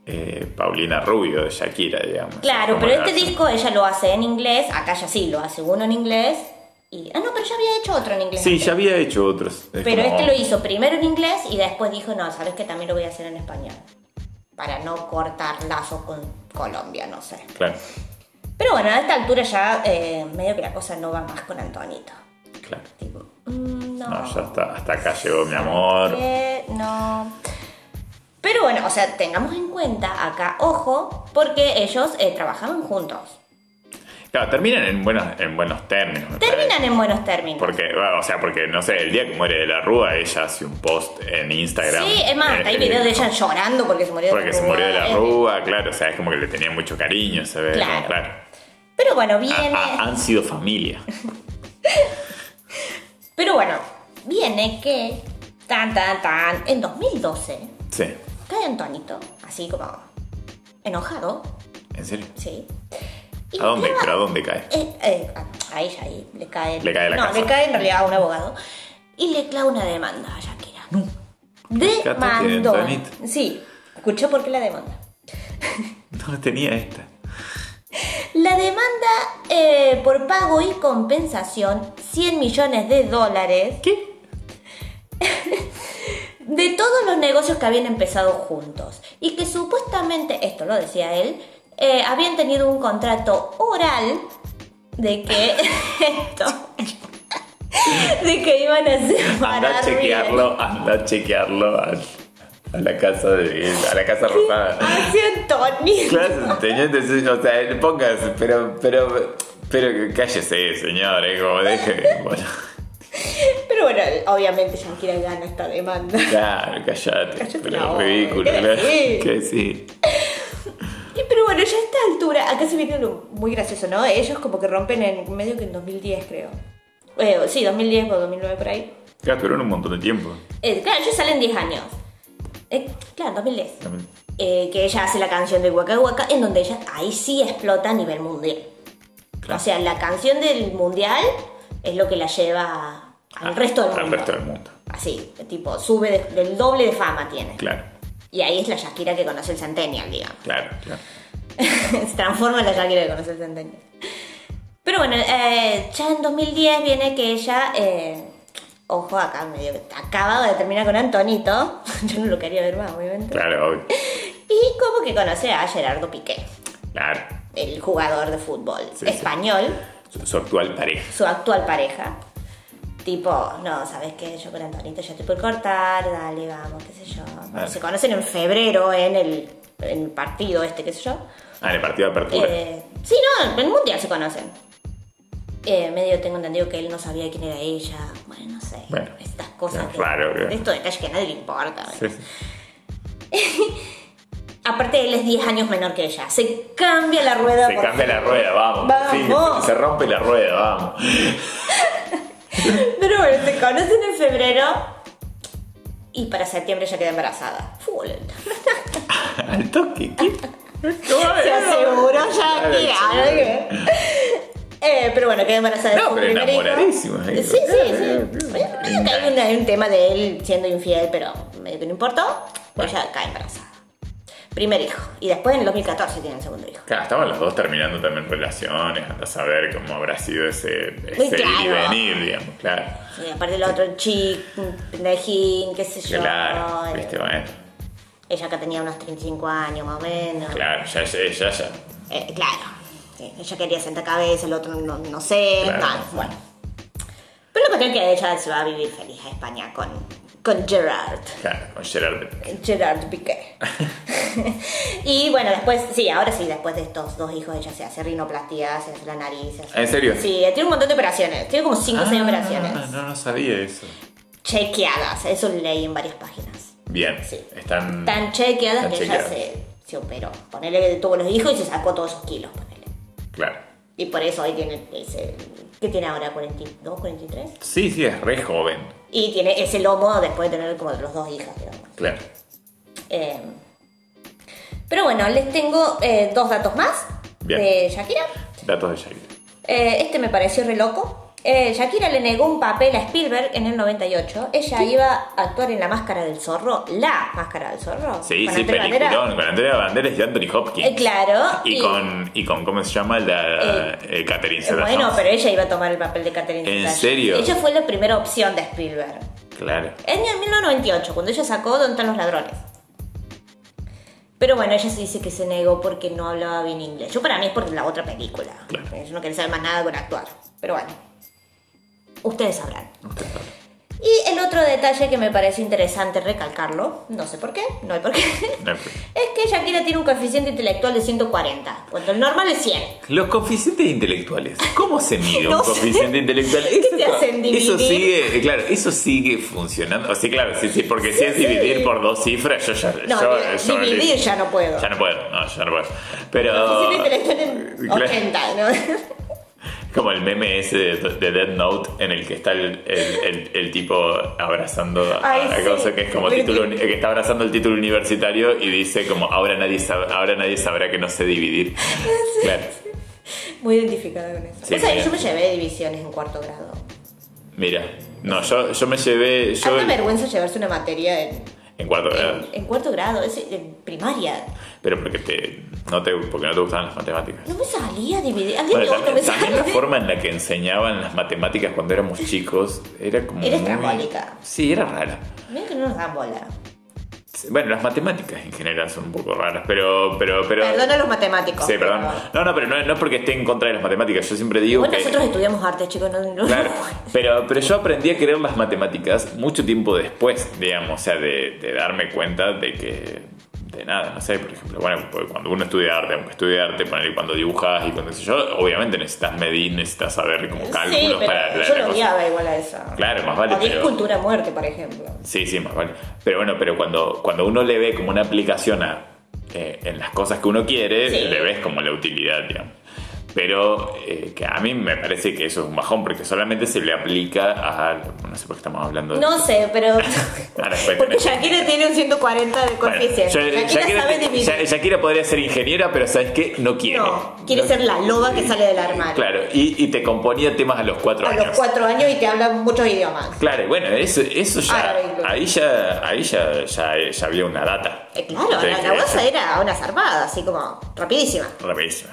S1: eh, Paulina Rubio de Shakira, digamos.
S2: Claro,
S1: Como
S2: pero
S1: la
S2: este
S1: versión-
S2: disco ella lo hace en inglés, acá ya sí, lo hace uno en inglés Y, ah, no, pero ya había hecho otro en inglés.
S1: Sí,
S2: antes.
S1: ya había hecho otros. Es
S2: Pero
S1: como-
S2: este lo hizo primero en inglés y después dijo, no, sabes que también lo voy a hacer en español. Para no cortar lazos con Colombia, no sé.
S1: Claro,
S2: Pero bueno, a esta altura ya eh, medio que la cosa no va más con Antonito.
S1: claro.
S2: Tipo, mm, no.
S1: No, ya está. Hasta acá llegó mi amor.
S2: Eh, no. Pero bueno, o sea, tengamos en cuenta acá, ojo, porque ellos eh, trabajaban juntos.
S1: Claro, terminan en buenos, en buenos términos. me parece.
S2: Terminan en buenos términos.
S1: Porque, bueno, o sea, porque no sé, el día que muere de la rúa, ella hace un post en Instagram.
S2: Sí, es más,
S1: Eh,
S2: hasta hay
S1: eh,
S2: videos de ella llorando porque se murió de la
S1: Porque se murió de la
S2: arruga.
S1: rúa, claro, o sea, es como que le tenía mucho cariño, se ve, ¿no?
S2: Claro.
S1: claro.
S2: Pero bueno,
S1: A-
S2: viene.
S1: a- Ah, han sido familia.
S2: Pero bueno, viene que. Tan, tan, tan. En 2012,
S1: Sí,
S2: cae Antonito, así como. enojado,
S1: en serio.
S2: sí. Y
S1: ¿A dónde?
S2: lleva-
S1: ¿Pero a dónde cae?
S2: eh, eh, a- a ella ahí le cae.
S1: Le cae la
S2: No,
S1: casa.
S2: le cae en realidad a un abogado. Y le clava una demanda a Shakira. No. Demandó.
S1: Fíjate que Antonito.
S2: Sí, escuchó por qué la demanda.
S1: No tenía esta.
S2: La demanda eh, por pago y compensación, 100 millones de dólares.
S1: ¿Qué?
S2: <laughs> De todos los negocios que habían empezado juntos. Y que supuestamente, esto lo decía él, eh, habían tenido un contrato oral de que <laughs> esto. de que iban a
S1: <laughs> Anda a
S2: separar. bien.
S1: chequearlo, anda a chequearlo a, a la casa de, a la casa rosada.
S2: Así Antonio.
S1: Claro, señor, entonces, o sea, él póngase, pero, pero, pero cállese, señor, es como deje, bueno,
S2: <laughs> Pero bueno, obviamente Shakira gana esta demanda.
S1: claro, cállate,
S2: Cállate la
S1: pero
S2: boca,
S1: ridículo,
S2: ¿qué
S1: claro,
S2: decís?
S1: que sí.
S2: Y pero bueno, ya a esta altura, acá se viene lo muy gracioso, ¿no? Ellos como que rompen en medio que en 2010, creo. Eh, sí, 2010 o 2009 por ahí.
S1: Claro, duró un montón de tiempo.
S2: Eh, claro, ellos salen 10 años. Eh, claro, 2010. Eh, que ella hace la canción de Waka Waka, en donde ella ahí sí explota a nivel mundial.
S1: Claro.
S2: O sea, la canción del mundial es lo que la lleva al resto del mundo.
S1: Ah, Al resto del mundo,
S2: Así, tipo, sube de- del doble de fama tiene.
S1: claro,
S2: Y ahí es la Shakira que conoce el Centennial, digamos.
S1: claro, claro.
S2: <laughs> se transforma en la Shakira que conoce el Centennial. Pero bueno, eh, ya en 2010 viene que ella, eh, ojo acá, medio que acaba de terminar con Antonito. <laughs> Yo no lo quería ver más, obviamente.
S1: Claro, obvio.
S2: Y como que conoce a Gerardo Piqué,
S1: Claro.
S2: el jugador de fútbol
S1: Sí, sí.
S2: español,
S1: Su, su actual pareja.
S2: su actual pareja. Tipo, no, ¿sabes qué? Yo con Antonito ya estoy por cortar, dale, vamos, qué sé yo.
S1: Dale.
S2: Se conocen en febrero en el, en el partido este, qué sé yo.
S1: Ah, en el partido de apertura.
S2: Eh, sí, no, en el mundial se conocen. Eh, medio tengo entendido que él no sabía quién era ella. Bueno, no sé.
S1: Bueno,
S2: estas cosas.
S1: es raro,
S2: que,
S1: creo.
S2: Estos detalles que a nadie le importa. ¿verdad?
S1: Sí, sí.
S2: Aparte, él es 10 años menor que ella. Se cambia la rueda.
S1: Se
S2: por
S1: cambia la
S2: favor.
S1: rueda, vamos.
S2: Vamos.
S1: Sí, se rompe la rueda, vamos.
S2: <laughs>
S1: <laughs>
S2: Pero bueno, se conocen en febrero. Y para septiembre ya queda embarazada. Fútbol.
S1: Al toque. ¿qué?
S2: <laughs> Se aseguró <laughs> ya
S1: Claro,
S2: que
S1: seguro.
S2: <laughs> Eh, pero bueno, queda embarazada de
S1: No,
S2: su
S1: pero
S2: primer hijo.
S1: enamoradísimo,
S2: Sí,
S1: eh.
S2: sí,
S1: Claro,
S2: sí.
S1: claro.
S2: Medio que hay un, hay un tema de él siendo infiel, pero medio que no importó. Pues ya cae embarazada. Primer hijo. Y después en el 2014 tiene el segundo hijo.
S1: Claro, estaban los dos terminando también relaciones, anda a saber cómo habrá sido ese,
S2: Muy
S1: ese
S2: claro.
S1: ir y venir, digamos, claro.
S2: Y aparte el otro, un chic, un pendejín, qué sé yo.
S1: Claro, viste, bueno,
S2: Ella acá tenía unos 35 años más o menos.
S1: claro, ya, ya, ya, ya.
S2: Eh, claro. Sí, Ella quería sentar cabeza, el otro no, no sé.
S1: Claro.
S2: tal, bueno. Pero la cuestión es que ella se va a vivir feliz a España con, con Gerard.
S1: Claro, con Gerard Piqué.
S2: Gerard
S1: <laughs>
S2: Piqué. y bueno, después, sí, ahora sí, después de estos dos hijos, ella se hace rinoplastia, se hace la nariz. se hace-
S1: ¿En serio?
S2: Sí, tiene un montón de operaciones. Tiene como 5 o 6 operaciones.
S1: Ah, no, no sabía eso.
S2: Chequeadas. Eso lo leí en varias páginas.
S1: Bien,
S2: Sí.
S1: están...
S2: Tan chequeadas
S1: Tan
S2: que
S1: chequeadas.
S2: ella se, se operó. Ponele que tuvo los hijos y se sacó todos esos kilos, ponele.
S1: Claro.
S2: Y por eso hoy tiene ese. ¿Qué tiene ahora? ¿42, 43?
S1: Sí, sí, es re joven.
S2: Y tiene ese lomo después de tener como los dos hijas, creo.
S1: Claro.
S2: Eh, pero bueno, les tengo eh, dos datos más
S1: Bien.
S2: de Shakira.
S1: Datos de Shakira.
S2: Eh, este me pareció re loco. Eh, Shakira le negó un papel a Spielberg en el 98. Ella iba a actuar en La Máscara del Zorro, la Máscara del Zorro.
S1: Sí,
S2: con
S1: sí,
S2: Antonio Banderas.
S1: peliculón. Con Andrea Banderas y Anthony Hopkins.
S2: Eh, claro.
S1: Y, con, y con, ¿cómo se llama? La, eh, Catherine
S2: eh,
S1: Zeta
S2: Bueno, pero ella iba a tomar el papel de Catherine
S1: ¿En
S2: Zeta-Jones.
S1: serio?
S2: Ella fue la primera opción de Spielberg.
S1: Claro.
S2: En el 1998, cuando ella sacó ¿Dónde están los ladrones? Pero bueno, ella se dice que se negó porque no hablaba bien inglés. Yo para mí es por la otra película.
S1: Claro.
S2: Yo no quería saber más nada con actuar. Pero bueno, ustedes sabrán.
S1: Usted sabe.
S2: Y el otro detalle que me parece interesante recalcarlo, no sé por qué, no hay
S1: <laughs>
S2: por qué,
S1: No hay por qué.
S2: es que Shakira tiene un coeficiente intelectual de 140, cuando el normal es 100.
S1: Los coeficientes intelectuales. ¿Cómo se mide
S2: <laughs> No
S1: un
S2: sé.
S1: coeficiente intelectual?
S2: ¿Qué te hacen
S1: Eso
S2: dividir?
S1: sigue, eh, claro, eso sigue funcionando. O sea, claro, sí, sí, porque si es
S2: Sí.
S1: dividir por dos cifras, yo ya.
S2: No,
S1: yo,
S2: di-
S1: yo-
S2: dividir ya no puedo.
S1: Ya no puedo, no, ya no puedo. Pero.
S2: Coeficiente intelectual en
S1: Claro,
S2: 80, ¿no?
S1: Como el meme ese de, de Dead Note en el que está el, el- el- el tipo abrazando a-
S2: Ay,
S1: a la
S2: sí.
S1: cosa que es como
S2: Pero
S1: título,
S2: que-
S1: uni- que está abrazando el título universitario y dice como ahora nadie sab- ahora nadie sabrá que no sé
S2: <laughs>
S1: dividir. Claro.
S2: Muy identificada con eso.
S1: Sí,
S2: O sea,
S1: bien.
S2: yo me llevé divisiones en cuarto grado.
S1: Mira, no, yo, yo me llevé yo
S2: Tanta vergüenza llevarse una materia en,
S1: en cuarto grado,
S2: en- en cuarto grado, es en primaria.
S1: pero porque te no te porque no te gustaban las matemáticas.
S2: No me salía dividir. Al día
S1: Bueno,
S2: de hoy no me
S1: también, también la
S2: sale.
S1: forma en la que enseñaban las matemáticas cuando éramos chicos era como
S2: Era
S1: muy-
S2: estrambólica.
S1: Sí, era rara.
S2: Miren que no nos dan bola.
S1: Bueno, las matemáticas en general son un poco raras, pero. pero, pero
S2: Perdón a los matemáticos.
S1: Sí, perdón. No,
S2: pero-
S1: no, pero no, no es porque esté en contra de las matemáticas. Yo siempre digo
S2: Bueno,
S1: que.
S2: nosotros estudiamos arte, chicos. No, no-
S1: Claro, pero, pero yo aprendí a querer las matemáticas mucho tiempo después, digamos, o sea, de, de darme cuenta de que, de nada, no sé, por ejemplo, bueno, porque cuando uno estudia arte, aunque estudie arte, ponele, cuando dibujas y cuando qué sé yo, obviamente necesitas medir, necesitas saber como
S2: <laughs> Sí,
S1: cálculos
S2: pero
S1: para la,
S2: yo
S1: la
S2: lo
S1: cosa.
S2: odiaba igual a eso.
S1: Claro, más vale,
S2: Odié
S1: pero-
S2: cultura muerte, por ejemplo.
S1: Sí, sí, más vale. Pero bueno, pero cuando, cuando uno le ve como una aplicación a, eh, en las cosas que uno quiere,
S2: Sí.
S1: le ves como la utilidad, digamos. Pero eh, que a mí me parece que eso es un bajón, porque solamente se le aplica a... No sé por qué estamos hablando de...
S2: No sé,
S1: <laughs>
S2: pero...
S1: Ah, después
S2: <laughs> Porque
S1: tenés-
S2: Shakira tiene un 140 de
S1: Bueno,
S2: coeficiente.
S1: Sha-
S2: Shakira, sabe dividir.
S1: Sha- Shakira podría ser ingeniera, pero ¿sabes qué? No quiere.
S2: No, quiere ser la loba que sale del armario.
S1: Claro, y, y te componía temas a los cuatro
S2: A
S1: años.
S2: los cuatro años y te hablan muchos idiomas.
S1: Claro, bueno, eso, eso ya...
S2: Árabe incluso.
S1: Ahí ya, ahí ya, ya, ya había una data.
S2: Eh, claro,
S1: Sí,
S2: la,
S1: que-
S2: la bolsa era una zarpada, así como rapidísima.
S1: Rapidísima.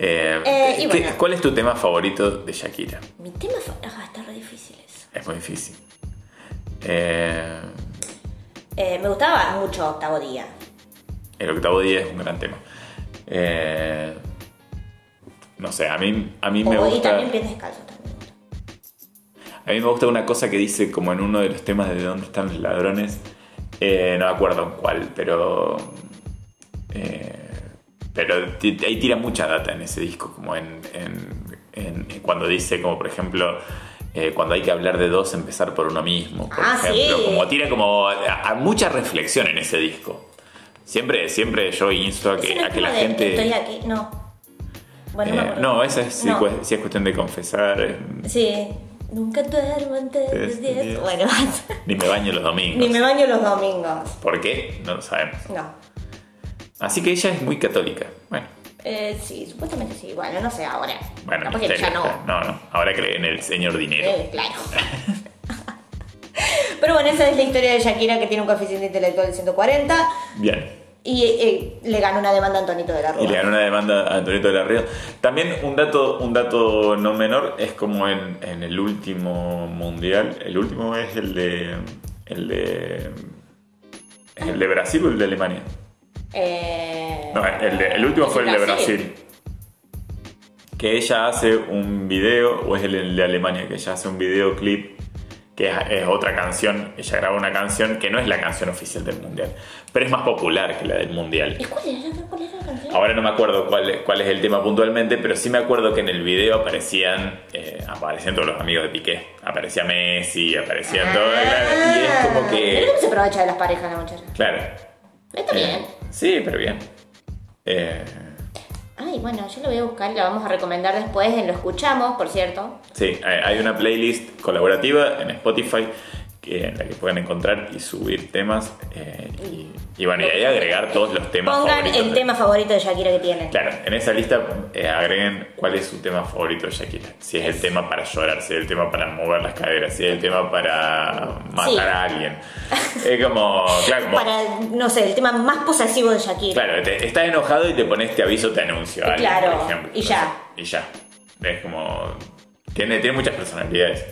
S1: Eh,
S2: Eh, y
S1: ¿qué-
S2: bueno.
S1: ¿Cuál es tu tema favorito de Shakira?
S2: Mi tema fa- ah, está re difícil eso.
S1: Es muy difícil. Eh,
S2: Eh, me gustaba mucho Octavo Día.
S1: el octavo día es un gran tema. Eh, no sé, a mí, a mí me
S2: O- Y
S1: gusta.
S2: también Pies Descalzos también. me gusta.
S1: A mí me gusta una cosa que dice como en uno de los temas de dónde están los ladrones. Eh, no me acuerdo en cuál, pero. eh, pero ti- ahí tira mucha data en ese disco, como en. en- en- cuando dice, como por ejemplo. eh, cuando hay que hablar de dos, empezar por uno mismo, por
S2: Ah,
S1: ejemplo.
S2: sí.
S1: Como tira como a, a mucha reflexión en ese disco. Siempre, siempre yo insto a
S2: Ese
S1: que,
S2: no es
S1: a que
S2: como
S1: la
S2: de,
S1: gente.
S2: Estoy aquí, no. Bueno, no, me
S1: eh,
S2: acuerdo.
S1: no, esa es, sí,
S2: No.
S1: cue- sí es cuestión de confesar. eh,
S2: Sí. Nunca duermo antes de
S1: Antes de
S2: 10.
S1: diez.
S2: Bueno, <laughs>
S1: Ni me baño los domingos.
S2: ni me baño los domingos.
S1: ¿Por qué? No lo sabemos.
S2: No.
S1: Así que ella es muy católica. Bueno,
S2: Eh, sí, supuestamente sí. Bueno, no sé ahora.
S1: bueno,
S2: Capaz que ya
S1: misterio.
S2: no.
S1: no, no. Ahora cree en el señor dinero.
S2: Eh, claro. <laughs> Pero bueno, esa es la historia de Shakira que tiene un coeficiente intelectual de 140
S1: Bien.
S2: y eh, le ganó una demanda a Antonito de la
S1: Y
S2: Rúa.
S1: le ganó una demanda a Antonito de la Río. También un dato, un dato no menor es como en, en el último mundial. El último es el de. el de. ¿Es el de Brasil o el de Alemania?
S2: Eh,
S1: No, el, de- el último fue el de Brasil. Que ella hace un video, o es el, el de Alemania, que ella hace un videoclip, que es, es otra canción, ella graba una canción que no es la canción oficial del Mundial, pero es más popular que la del Mundial.
S2: ¿Y cuál era, cuál era la canción?
S1: Ahora no me acuerdo cuál, cuál es el tema puntualmente, pero sí me acuerdo que en el video aparecían, eh, aparecían todos los amigos de Piqué, aparecía Messi, aparecían todos,
S2: Ah.
S1: y es como
S2: Mira
S1: que...
S2: cómo se aprovecha de las parejas la muchacha.
S1: Claro.
S2: Está
S1: Eh,
S2: bien.
S1: sí, pero bien. Eh,
S2: Ay, bueno, yo lo voy a buscar y la vamos a recomendar después en Lo Escuchamos, por cierto.
S1: eh, Sí, hay hay una playlist colaborativa en Spotify que, en la que pueden encontrar y subir temas. eh, y, y bueno, y ahí agregar todos los temas
S2: Pongan
S1: favoritos.
S2: el
S1: de-
S2: tema favorito de Shakira que tienen.
S1: Claro, en esa lista eh, agreguen cuál es su tema favorito de Shakira. Si es el tema para llorar, si es el tema para mover las caderas, si es el tema para matar
S2: Sí.
S1: a alguien. Es como, claro, como-
S2: Para, no sé, el tema más posesivo de Shakira.
S1: claro, te- estás enojado y te pones este aviso, te anuncio. a alguien,
S2: Claro,
S1: por ejemplo,
S2: y
S1: no
S2: ya.
S1: sé, Y ya. Es como, tiene, tiene muchas
S2: <laughs>
S1: personalidades.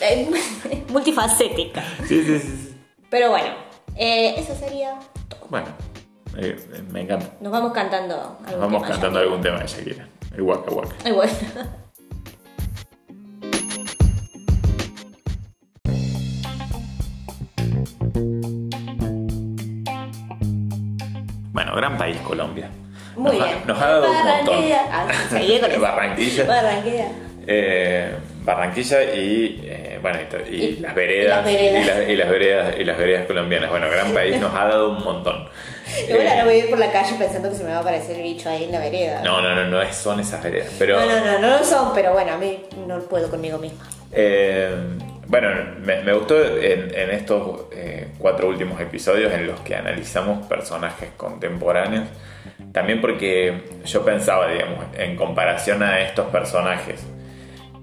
S2: Eh, <laughs> Multifacética.
S1: Sí, sí, sí. sí.
S2: Pero bueno, eh, eso sería.
S1: Bueno, eh, me encanta.
S2: Nos vamos cantando.
S1: Nos
S2: algún
S1: vamos
S2: tema,
S1: cantando
S2: Shakira.
S1: algún tema de Shakira. El Waka Waka.
S2: Ay, bueno.
S1: Bueno, gran país Colombia.
S2: Muy
S1: Nos ha-
S2: bien.
S1: nos ha dado un montón.
S2: Barranquilla. Ah, seguí con eso.
S1: Barranquilla.
S2: Barranquilla.
S1: Eh, Barranquilla y, eh, bueno, y to- y
S2: Y-
S1: las veredas,
S2: y las veredas.
S1: y las- y las veredas y las veredas colombianas. Bueno, gran
S2: <laughs>
S1: país nos ha dado un montón.
S2: Igual
S1: Eh,
S2: ahora voy a ir por la calle pensando que se me va a aparecer el bicho ahí en la vereda.
S1: no, no, no, no es- son esas veredas. Pero
S2: no, no, no, no lo son, pero bueno, a mí no puedo conmigo misma.
S1: eh, bueno, me, me gustó en, en estos eh, cuatro últimos episodios en los que analizamos personajes contemporáneos. También porque yo pensaba, digamos, en comparación a estos personajes.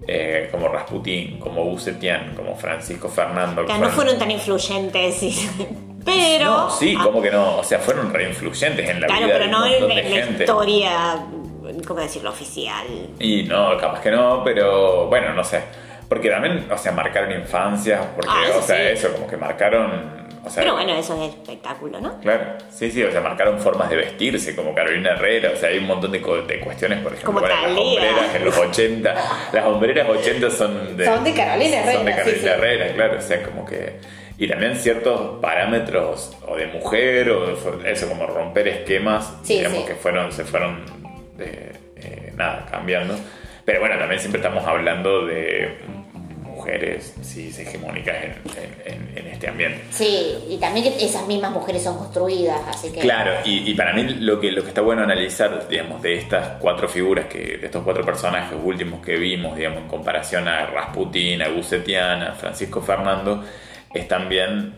S1: eh, como Rasputín, como Bucetian, como Francisco Fernando. que
S2: Que no
S1: fueron-
S2: fueron tan influyentes, sí. pero.
S1: No, sí,
S2: Ah,
S1: como que no. O sea, fueron reinfluyentes en la
S2: Claro,
S1: vida
S2: pero
S1: de un
S2: no en,
S1: montón de
S2: en la
S1: gente.
S2: historia, ¿cómo decirlo? Oficial.
S1: Y no, capaz que no, pero bueno, no sé. Porque también, o sea, marcaron infancias, porque,
S2: Ah, eso
S1: o sea,
S2: sí.
S1: eso, como que marcaron. O sea,
S2: Pero bueno, eso es espectáculo, ¿no?
S1: Claro, sí, sí, o sea, marcaron formas de vestirse, como Carolina Herrera, o sea, hay un montón de, co- de cuestiones, por ejemplo,
S2: Como
S1: bueno, las
S2: Thalía.
S1: hombreras en los 80, las hombreras 80 son de...
S2: Son de Carolina Herrera,
S1: Son de
S2: sí,
S1: Carolina
S2: sí.
S1: Herrera, claro, o sea, como que... Y también ciertos parámetros, o de mujer, o de fo- eso, como romper esquemas,
S2: Sí,
S1: digamos
S2: sí.
S1: que fueron, se fueron, eh, eh, nada, cambiando. Pero bueno, también siempre estamos hablando de mujeres, sí, hegemónicas en, en- en- en este ambiente.
S2: Sí, y también que esas mismas mujeres son construidas, así que.
S1: Claro, y, y para mí lo que, lo que está bueno analizar, digamos, de estas cuatro figuras, que, de estos cuatro personajes últimos que vimos, digamos, en comparación a Rasputin, a Bucetian, a Francisco Fernando, es también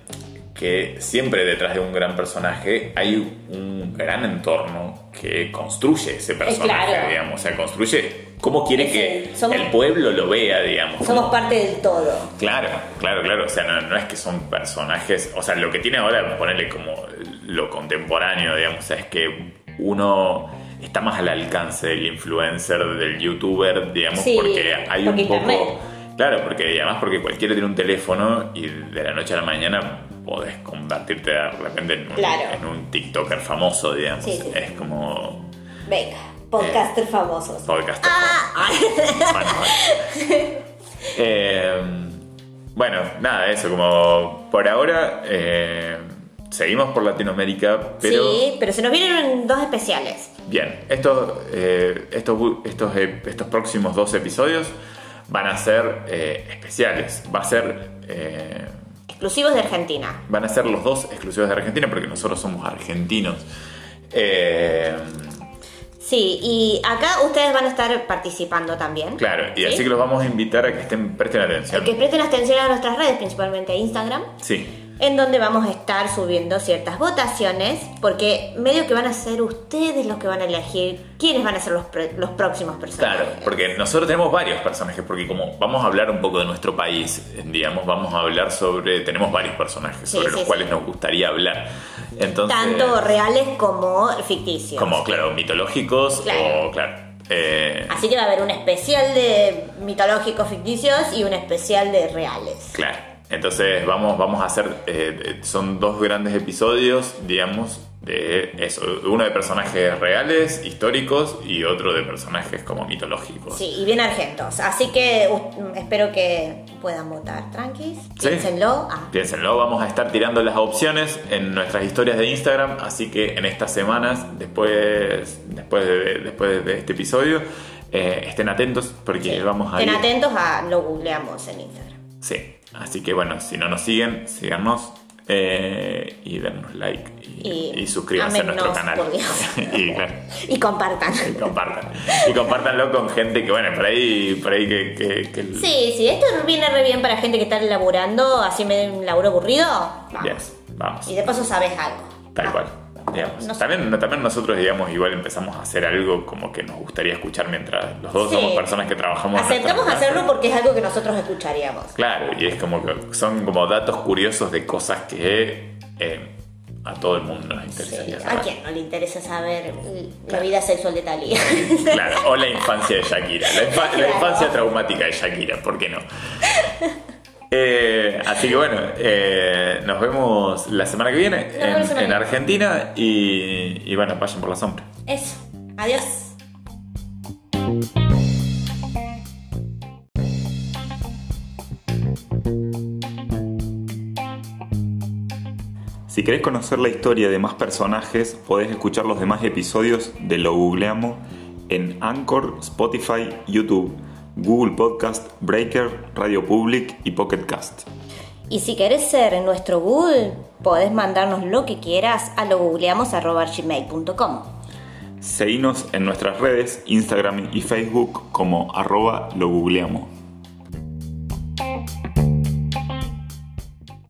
S1: que siempre detrás de un gran personaje hay un gran entorno que construye ese personaje,
S2: claro.
S1: digamos, o sea, construye cómo quiere
S2: Es
S1: que
S2: el- somos-
S1: el pueblo lo vea, digamos.
S2: Somos parte del todo.
S1: Claro, claro, claro. O sea, no, no es que son personajes. O sea, lo que tiene ahora, ponerle como lo contemporáneo, digamos, o sea, es que uno está más al alcance del influencer, del youtuber, digamos,
S2: Sí,
S1: porque hay
S2: porque
S1: un poco.
S2: internet.
S1: Claro, porque y además porque cualquiera tiene un teléfono y de la noche a la mañana podés convertirte de repente en un,
S2: Claro.
S1: en un TikToker famoso, digamos.
S2: Sí, sí, sí.
S1: Es como
S2: Venga, podcaster
S1: Eh,
S2: famosos.
S1: podcast.
S2: Ah, <laughs>
S1: Bueno, bueno. Eh, bueno, nada, eso, como por ahora eh, seguimos por Latinoamérica, pero
S2: sí, pero se nos vienen dos especiales.
S1: bien, estos, eh, estos, bu- estos, eh, estos próximos dos episodios van a ser eh, especiales, va a ser... eh,
S2: Exclusivos de Argentina.
S1: van a ser los dos exclusivos de Argentina porque nosotros somos argentinos. Eh,
S2: Sí, y acá ustedes van a estar participando también.
S1: claro, y
S2: ¿Sí?
S1: así que los vamos a invitar a que estén, presten atención.
S2: Que presten atención a nuestras redes, principalmente a Instagram,
S1: Sí,
S2: en donde vamos a estar subiendo ciertas votaciones, porque medio que van a ser ustedes los que van a elegir quiénes van a ser los, pro- los próximos personajes.
S1: Claro, porque nosotros tenemos varios personajes, porque como vamos a hablar un poco de nuestro país, digamos, vamos a hablar sobre, tenemos varios personajes
S2: Sí,
S1: sobre
S2: sí,
S1: los
S2: sí.
S1: cuales nos gustaría hablar. Entonces,
S2: Tanto reales como ficticios.
S1: como, claro, mitológicos
S2: Claro.
S1: o, claro, eh,
S2: Así que va a haber un especial de mitológicos ficticios y un especial de reales.
S1: claro. Entonces vamos, vamos a hacer, eh, eh, son dos grandes episodios, digamos, de eso, uno de personajes reales, históricos, y otro de personajes como mitológicos.
S2: Sí, y bien argentos. Así que u- espero que puedan votar tranquis.
S1: Sí.
S2: Piénsenlo. Ah,
S1: Piénsenlo, vamos a estar tirando las opciones en nuestras historias de Instagram, así que en estas semanas, después, después, de, después de este episodio, eh, estén atentos porque vamos a
S2: estén
S1: ir-
S2: atentos a lo googleamos en Instagram.
S1: Sí, así que bueno, si no nos siguen, síganos. Eh, y darnos like y,
S2: Y
S1: y suscríbanse a nuestro
S2: ámennos,
S1: canal.
S2: por Dios.
S1: <laughs> y claro,
S2: Y compartan.
S1: y compartan. Y compártanlo con gente que, bueno, por ahí, por ahí que, que- que-
S2: Sí, sí, esto viene re bien para gente que está laburando, así me un laburo aburrido. Vamos.
S1: Yes, vamos.
S2: Y de paso sabes algo.
S1: Tal
S2: Ah,
S1: cual. Digamos.
S2: No sé.
S1: también, también nosotros, digamos, igual empezamos a hacer algo como que nos gustaría escuchar mientras los dos
S2: Sí.
S1: somos personas que trabajamos. en
S2: Aceptamos
S1: nuestra
S2: hacerlo
S1: casa.
S2: porque es algo que nosotros escucharíamos.
S1: Claro, y es como que son como datos curiosos de cosas que eh, a todo el mundo nos
S2: Sí,
S1: interesaría
S2: ¿A
S1: saber.
S2: quién no le interesa saber eh, la vida sexual de Talía?
S1: Claro, o la infancia de Shakira. La, infa- la
S2: Claro.
S1: infancia traumática de Shakira, ¿por qué no? Eh, así que bueno, eh, nos vemos la semana que viene
S2: vemos la
S1: en,
S2: semana
S1: en
S2: que
S1: Argentina y, y bueno, vayan por la sombra.
S2: Eso. Adiós.
S1: Si querés conocer la historia de más personajes, podés escuchar los demás episodios de Lo Googleamos en Anchor, Spotify, YouTube, Google Podcast, Breaker, Radio Public y Pocket Cast.
S2: Y si querés ser nuestro Google, podés mandarnos lo que quieras a lo gmail.com
S1: Seguinos en nuestras redes, Instagram y Facebook como arroba lo googleamos.